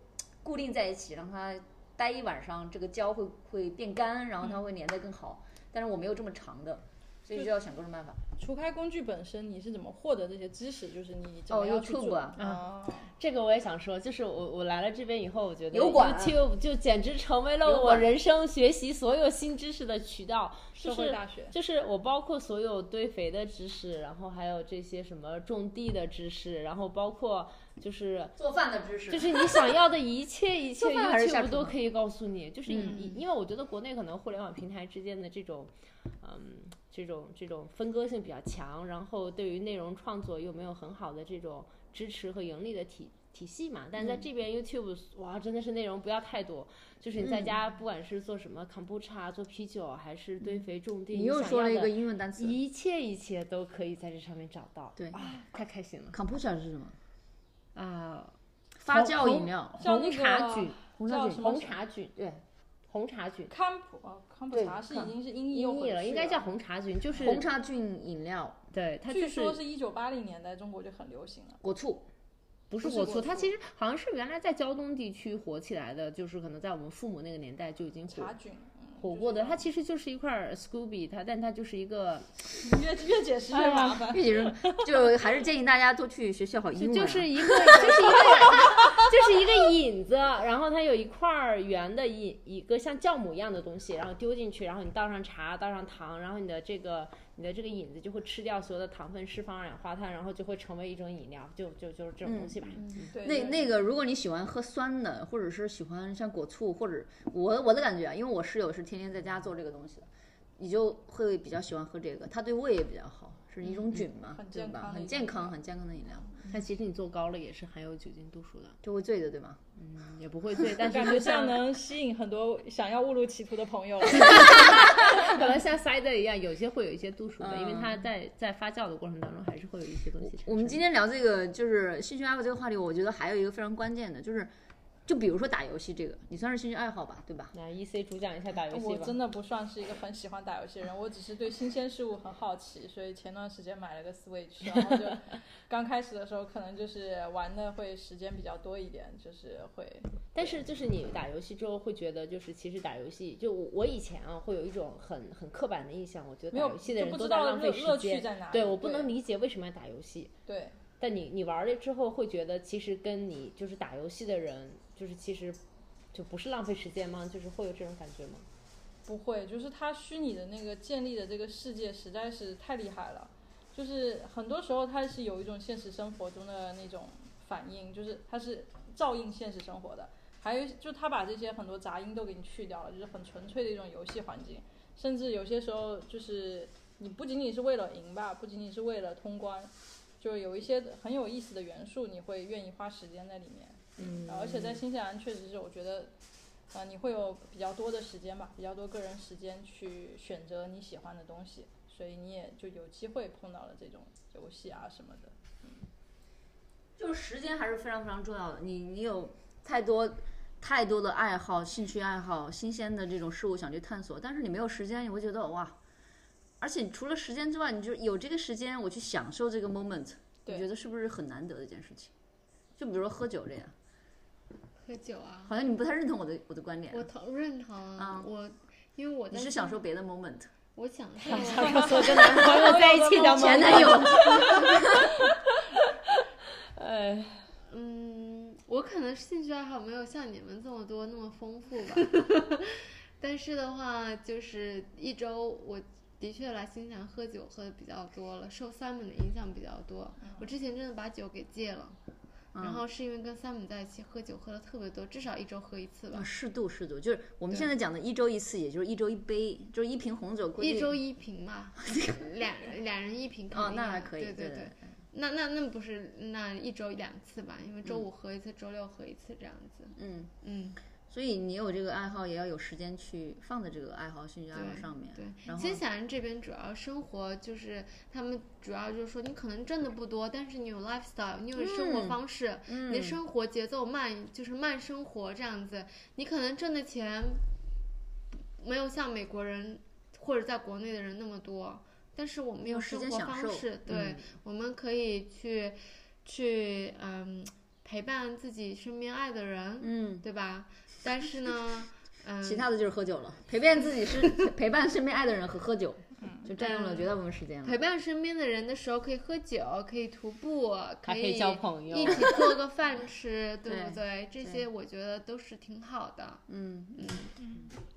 Speaker 1: 固定在一起，让它待一晚上，这个胶会会变干，然后
Speaker 3: 嗯
Speaker 1: 它会粘得更好。但是我没有这么长的，所以就要想各种办法。
Speaker 4: 除开工具本身，你是怎么获得这些知识？就是你怎
Speaker 1: 哦
Speaker 4: 么样去
Speaker 1: ，YouTube
Speaker 4: 做
Speaker 1: 啊
Speaker 4: 啊？
Speaker 3: 这个我也想说，就是我我来了这边以后，我觉得
Speaker 1: 油管
Speaker 3: YouTube 就简直成为
Speaker 1: 油
Speaker 3: 了我
Speaker 1: 管
Speaker 3: 人生学习所有新知识的渠道，就
Speaker 4: 社会
Speaker 3: 是
Speaker 4: 大学
Speaker 3: 就是我包括所有堆肥的知识，然后还有这些什么种地的知识，然后包括就是
Speaker 1: 做饭的知识，
Speaker 3: 就是你想要的一切一切
Speaker 1: 做饭还是下厨嗯
Speaker 3: ，YouTube 都
Speaker 1: 吗
Speaker 3: 可以告诉你。就是你、因为我觉得国内可能互联网平台之间的这种，嗯，这种这种分割性比较强，然后对于内容创作又没有很好的这种支持和盈利的体。体系嘛，但
Speaker 1: 嗯
Speaker 3: 在这边 YouTube、哇，真的是内容不要太多，就是你在
Speaker 1: 嗯
Speaker 3: 家不管是做什么砍布茶、做啤酒，还是堆肥种地，
Speaker 1: 嗯你又
Speaker 3: 想
Speaker 1: 说
Speaker 3: 要
Speaker 1: 了一
Speaker 3: 的
Speaker 1: 个英文单词
Speaker 3: 一切一切都可以在这上面找到，
Speaker 1: 对
Speaker 3: 啊，太开心了
Speaker 1: c o m p u t e r 是什么？
Speaker 3: 啊！
Speaker 1: 发酵饮料，
Speaker 4: 像
Speaker 3: 红
Speaker 4: 那个
Speaker 3: 茶菌，
Speaker 1: 红
Speaker 4: 叫
Speaker 1: 烧
Speaker 4: 什
Speaker 1: 菌
Speaker 4: 么
Speaker 3: 红茶菌，对，红茶菌，
Speaker 4: 康普啊，康普
Speaker 3: 对
Speaker 4: 茶是已
Speaker 1: 康
Speaker 4: 经是音译又
Speaker 3: 音
Speaker 4: 回
Speaker 3: 译了，
Speaker 4: 去
Speaker 3: 应该叫红茶菌，就是
Speaker 1: 红，茶菌饮料，
Speaker 3: 对，它
Speaker 4: 据
Speaker 3: 就
Speaker 4: 说
Speaker 3: 是
Speaker 4: 是一九八零年代中国就很流行了。
Speaker 1: 果醋。
Speaker 3: 不是
Speaker 4: 不是
Speaker 3: 果
Speaker 4: 果
Speaker 3: 醋，它
Speaker 4: 醋
Speaker 3: 其实好像是原来在胶东地区火起来的，就是可能在我们父母那个年代就已经火
Speaker 4: 茶菌，嗯
Speaker 3: 火过的，它其实就是一块 Scooby，它但它就是一个
Speaker 4: 你越越解释越麻烦。
Speaker 1: 具体是就还是建议大家多去学习好英文啊，
Speaker 3: 就是一个就是一个就是一个引子，然后它有一块儿圆的引一个像酵母一样的东西，然后丢进去，然后你倒上茶，倒上糖，然后你的这个你的这个引子就会吃掉所有的糖分，释放二氧化碳，然后就会成为一种饮料，就就就是这种东西吧。
Speaker 4: 对
Speaker 1: 那
Speaker 4: 对
Speaker 1: 那个，如果你喜欢喝酸的，或者是喜欢像果醋，或者我我的感觉啊，因为我室友是天天在家做这个东西的，你就会比较喜欢喝这个，它对胃也比较好，是一种菌嘛，
Speaker 4: 很
Speaker 1: 对
Speaker 4: 健
Speaker 1: 吧？
Speaker 4: 康的
Speaker 1: 很
Speaker 4: 一
Speaker 1: 健
Speaker 4: 种饮
Speaker 1: 康、
Speaker 4: 料
Speaker 1: 很健康的饮料，
Speaker 3: 但其实你做高了也是含有酒精度数的，
Speaker 1: 就会醉的，对吗？
Speaker 3: 嗯，也不会醉，但是
Speaker 4: 感
Speaker 3: 就
Speaker 4: 觉
Speaker 3: 像
Speaker 4: 像能吸引很多想要误入歧途的朋友了。
Speaker 3: 可能像塞的一样，有些会有一些度数的，因为
Speaker 1: 嗯
Speaker 3: 它在在发酵的过程当中还是会有一些东西产生。
Speaker 1: 我们今天聊这个就是兴趣爱好这个话题，我觉得还有一个非常关键的，就是就比如说打游戏这个，你算是兴趣爱好吧，对吧？
Speaker 3: 来 E C 主讲一下打游戏
Speaker 4: [laughs] 我
Speaker 3: 吧。
Speaker 4: 真的不算是一个很喜欢打游戏的人，我只是对新鲜事物很好奇，所以前段时间买了个 Switch，然后就刚开始的时候可能就是玩的会时间比较多一点，就是会
Speaker 3: 但是就是你打游戏之后会觉得，就是其实打游戏，就我我以前啊会有一种很很刻板的印象，我觉得
Speaker 4: 没
Speaker 3: 打
Speaker 4: 有
Speaker 3: 游戏的
Speaker 4: 就
Speaker 3: 人
Speaker 4: 不
Speaker 3: 都
Speaker 4: 知
Speaker 3: 在
Speaker 4: 道
Speaker 3: 浪费
Speaker 4: 乐
Speaker 3: 时
Speaker 4: 乐趣
Speaker 3: 间，
Speaker 4: 在哪里
Speaker 3: 对我不
Speaker 4: 对
Speaker 3: 能理解为什么要打游戏。
Speaker 4: 对
Speaker 3: 但你你玩了之后会觉得，其实跟你就是打游戏的人，就是其实就不是浪费时间吗？就是会有这种感觉吗？
Speaker 4: 不会，就是它虚拟的那个建立的这个世界实在是太厉害了，就是很多时候它是有一种现实生活中的那种反应，就是它是照应现实生活的。还有就它把这些很多杂音都给你去掉了，就是很纯粹的一种游戏环境，甚至有些时候就是你不仅仅是为了赢吧，不仅仅是为了通关，就是有一些很有意思的元素，你会愿意花时间在里面。嗯，而且在新西兰确实是，我觉得啊、你会有比较多的时间吧，比较多个人时间去选择你喜欢的东西，所以你也就有机会碰到了这种游戏啊什么的。
Speaker 1: 就是时间还是非常非常重要的。你你有太多太多的爱好、兴趣爱好、新鲜的这种事物想去探索，但是你没有时间，你会觉得哇。而且除了时间之外，你就有这个时间我去享受这个 moment，你
Speaker 4: 对
Speaker 1: 觉得是不是很难得的一件事情？就比如说喝酒这样，
Speaker 2: 喝酒啊，
Speaker 1: 好像你不太认同我的我的观点
Speaker 2: 我，同认同
Speaker 1: 啊
Speaker 2: 我因为我
Speaker 1: 你
Speaker 2: 在
Speaker 1: 是享受别的 moment，
Speaker 2: 我享受
Speaker 3: 所有跟男 [laughs] 朋友在一起的
Speaker 1: 前男友，
Speaker 3: 呃，
Speaker 2: 嗯，我可能兴趣爱好没有像你们这么多那么丰富
Speaker 1: [laughs]
Speaker 2: 吧，但是的话，就是一周我的确来新西兰喝
Speaker 1: 嗯
Speaker 2: 酒喝的比较多了，受 Simon 的影响比较多。我之前真的把酒给戒了，然后是因为跟 Sam 在一起喝酒喝的特别多，至少一周喝一次吧
Speaker 1: 啊，，适度适度，就是我们现在讲的一周一次，也就是一周一杯，就是一瓶红酒估计
Speaker 2: 一周一瓶
Speaker 1: [laughs]
Speaker 2: 嘛，两两人一瓶肯定要。
Speaker 1: 哦，那还可以，
Speaker 2: 对
Speaker 1: 对
Speaker 2: 对。那那那不是那一周两次吧？因为周五喝一次，周六喝一次这样子。
Speaker 1: 嗯，
Speaker 2: 嗯，
Speaker 1: 所以你有这个爱好，也要有时间去放在这个爱好、兴趣爱好上面。
Speaker 2: 对
Speaker 1: 然后
Speaker 2: 其实小安这边主要生活就是他们主要就是说，你可能挣的不多，但是你有 lifestyle，你有生活
Speaker 1: 嗯
Speaker 2: 方式，你的生活节奏慢，就是慢生活这样子。你可能挣的钱没有像美国人或者在国内的人那么多，但是我们有
Speaker 1: 有时
Speaker 2: 生
Speaker 1: 间
Speaker 2: 活
Speaker 1: 享
Speaker 2: 方
Speaker 1: 受
Speaker 2: 式，对、
Speaker 1: 嗯
Speaker 2: 我们可以去去嗯陪伴自己身边爱的人，
Speaker 1: 嗯，
Speaker 2: 对吧？但是呢，嗯，
Speaker 1: 其他的就是喝酒了，陪伴自己是陪伴身边爱的人和喝酒，就占用了
Speaker 2: 嗯
Speaker 1: 绝大部分时间了。
Speaker 2: 陪伴身边的人的时候，可以喝酒，可以徒步，
Speaker 3: 还可
Speaker 2: 以
Speaker 3: 以交朋友
Speaker 2: 一起做个饭吃，对不对？这
Speaker 1: 对
Speaker 2: 些我觉得都是挺好的。
Speaker 1: 嗯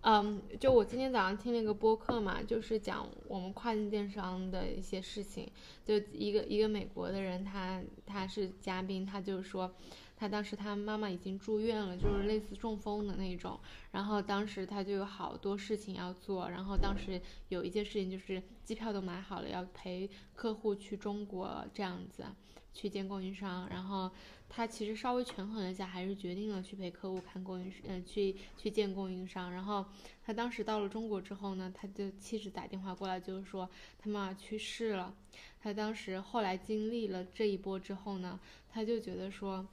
Speaker 2: 嗯，就我今天早上听了一个播客嘛，就是讲我们跨境电商的一些事情。就一个一个美国的人他，他是嘉宾，他就是说，他当时他妈妈已经住院了，就是类似中风的那种。然后当时他就有好多事情要做，然后当时有一件事情就是机票都买好了，要陪客户去中国这样子，去见供应商。然后他其实稍微权衡了一下，还是决定了去陪客户看供应，呃，去去见供应商。然后他当时到了中国之后呢，他就妻子打电话过来，就是说他妈妈去世了。他当时后来经历了这一波之后呢，他就觉得说，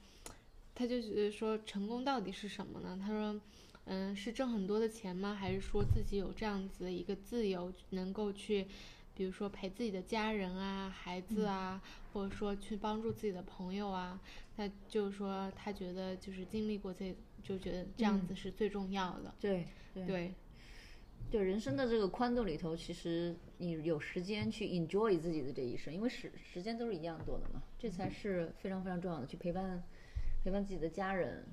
Speaker 2: 他就觉得说成功到底是什么呢？他说，嗯，是挣很多的钱吗？还是说自己有这样子一个自由，能够去，比如说陪自己的家人啊、孩子啊，或者说去帮助自己的朋友啊？他就是说，他觉得就是经历过这，就觉得这样子是最重要的。
Speaker 1: 对
Speaker 2: 对，
Speaker 1: 对，人生的这个宽度里头，其实你有时间去 enjoy 自己的这一生，因为时时间都是一样多的嘛，这才是非常非常重要的，去陪伴陪伴自己的家人、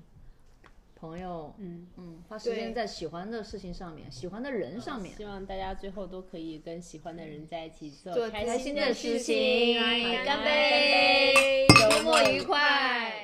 Speaker 1: 朋友，嗯嗯，花时间
Speaker 2: 对啊
Speaker 1: 在喜欢的事情上面，喜欢的人上面
Speaker 3: 希。望大家最后都可以跟喜欢的人在一起做
Speaker 2: 做
Speaker 3: 开
Speaker 2: 开
Speaker 1: 开
Speaker 3: 心
Speaker 1: 心
Speaker 3: 的
Speaker 1: 的
Speaker 3: 事
Speaker 1: 事
Speaker 3: 情
Speaker 1: 情，，
Speaker 3: 干
Speaker 1: 干
Speaker 3: 杯
Speaker 1: 杯，，
Speaker 3: 周
Speaker 1: 周
Speaker 3: 末
Speaker 1: 末
Speaker 3: 愉
Speaker 1: 愉
Speaker 3: 快。
Speaker 1: 快。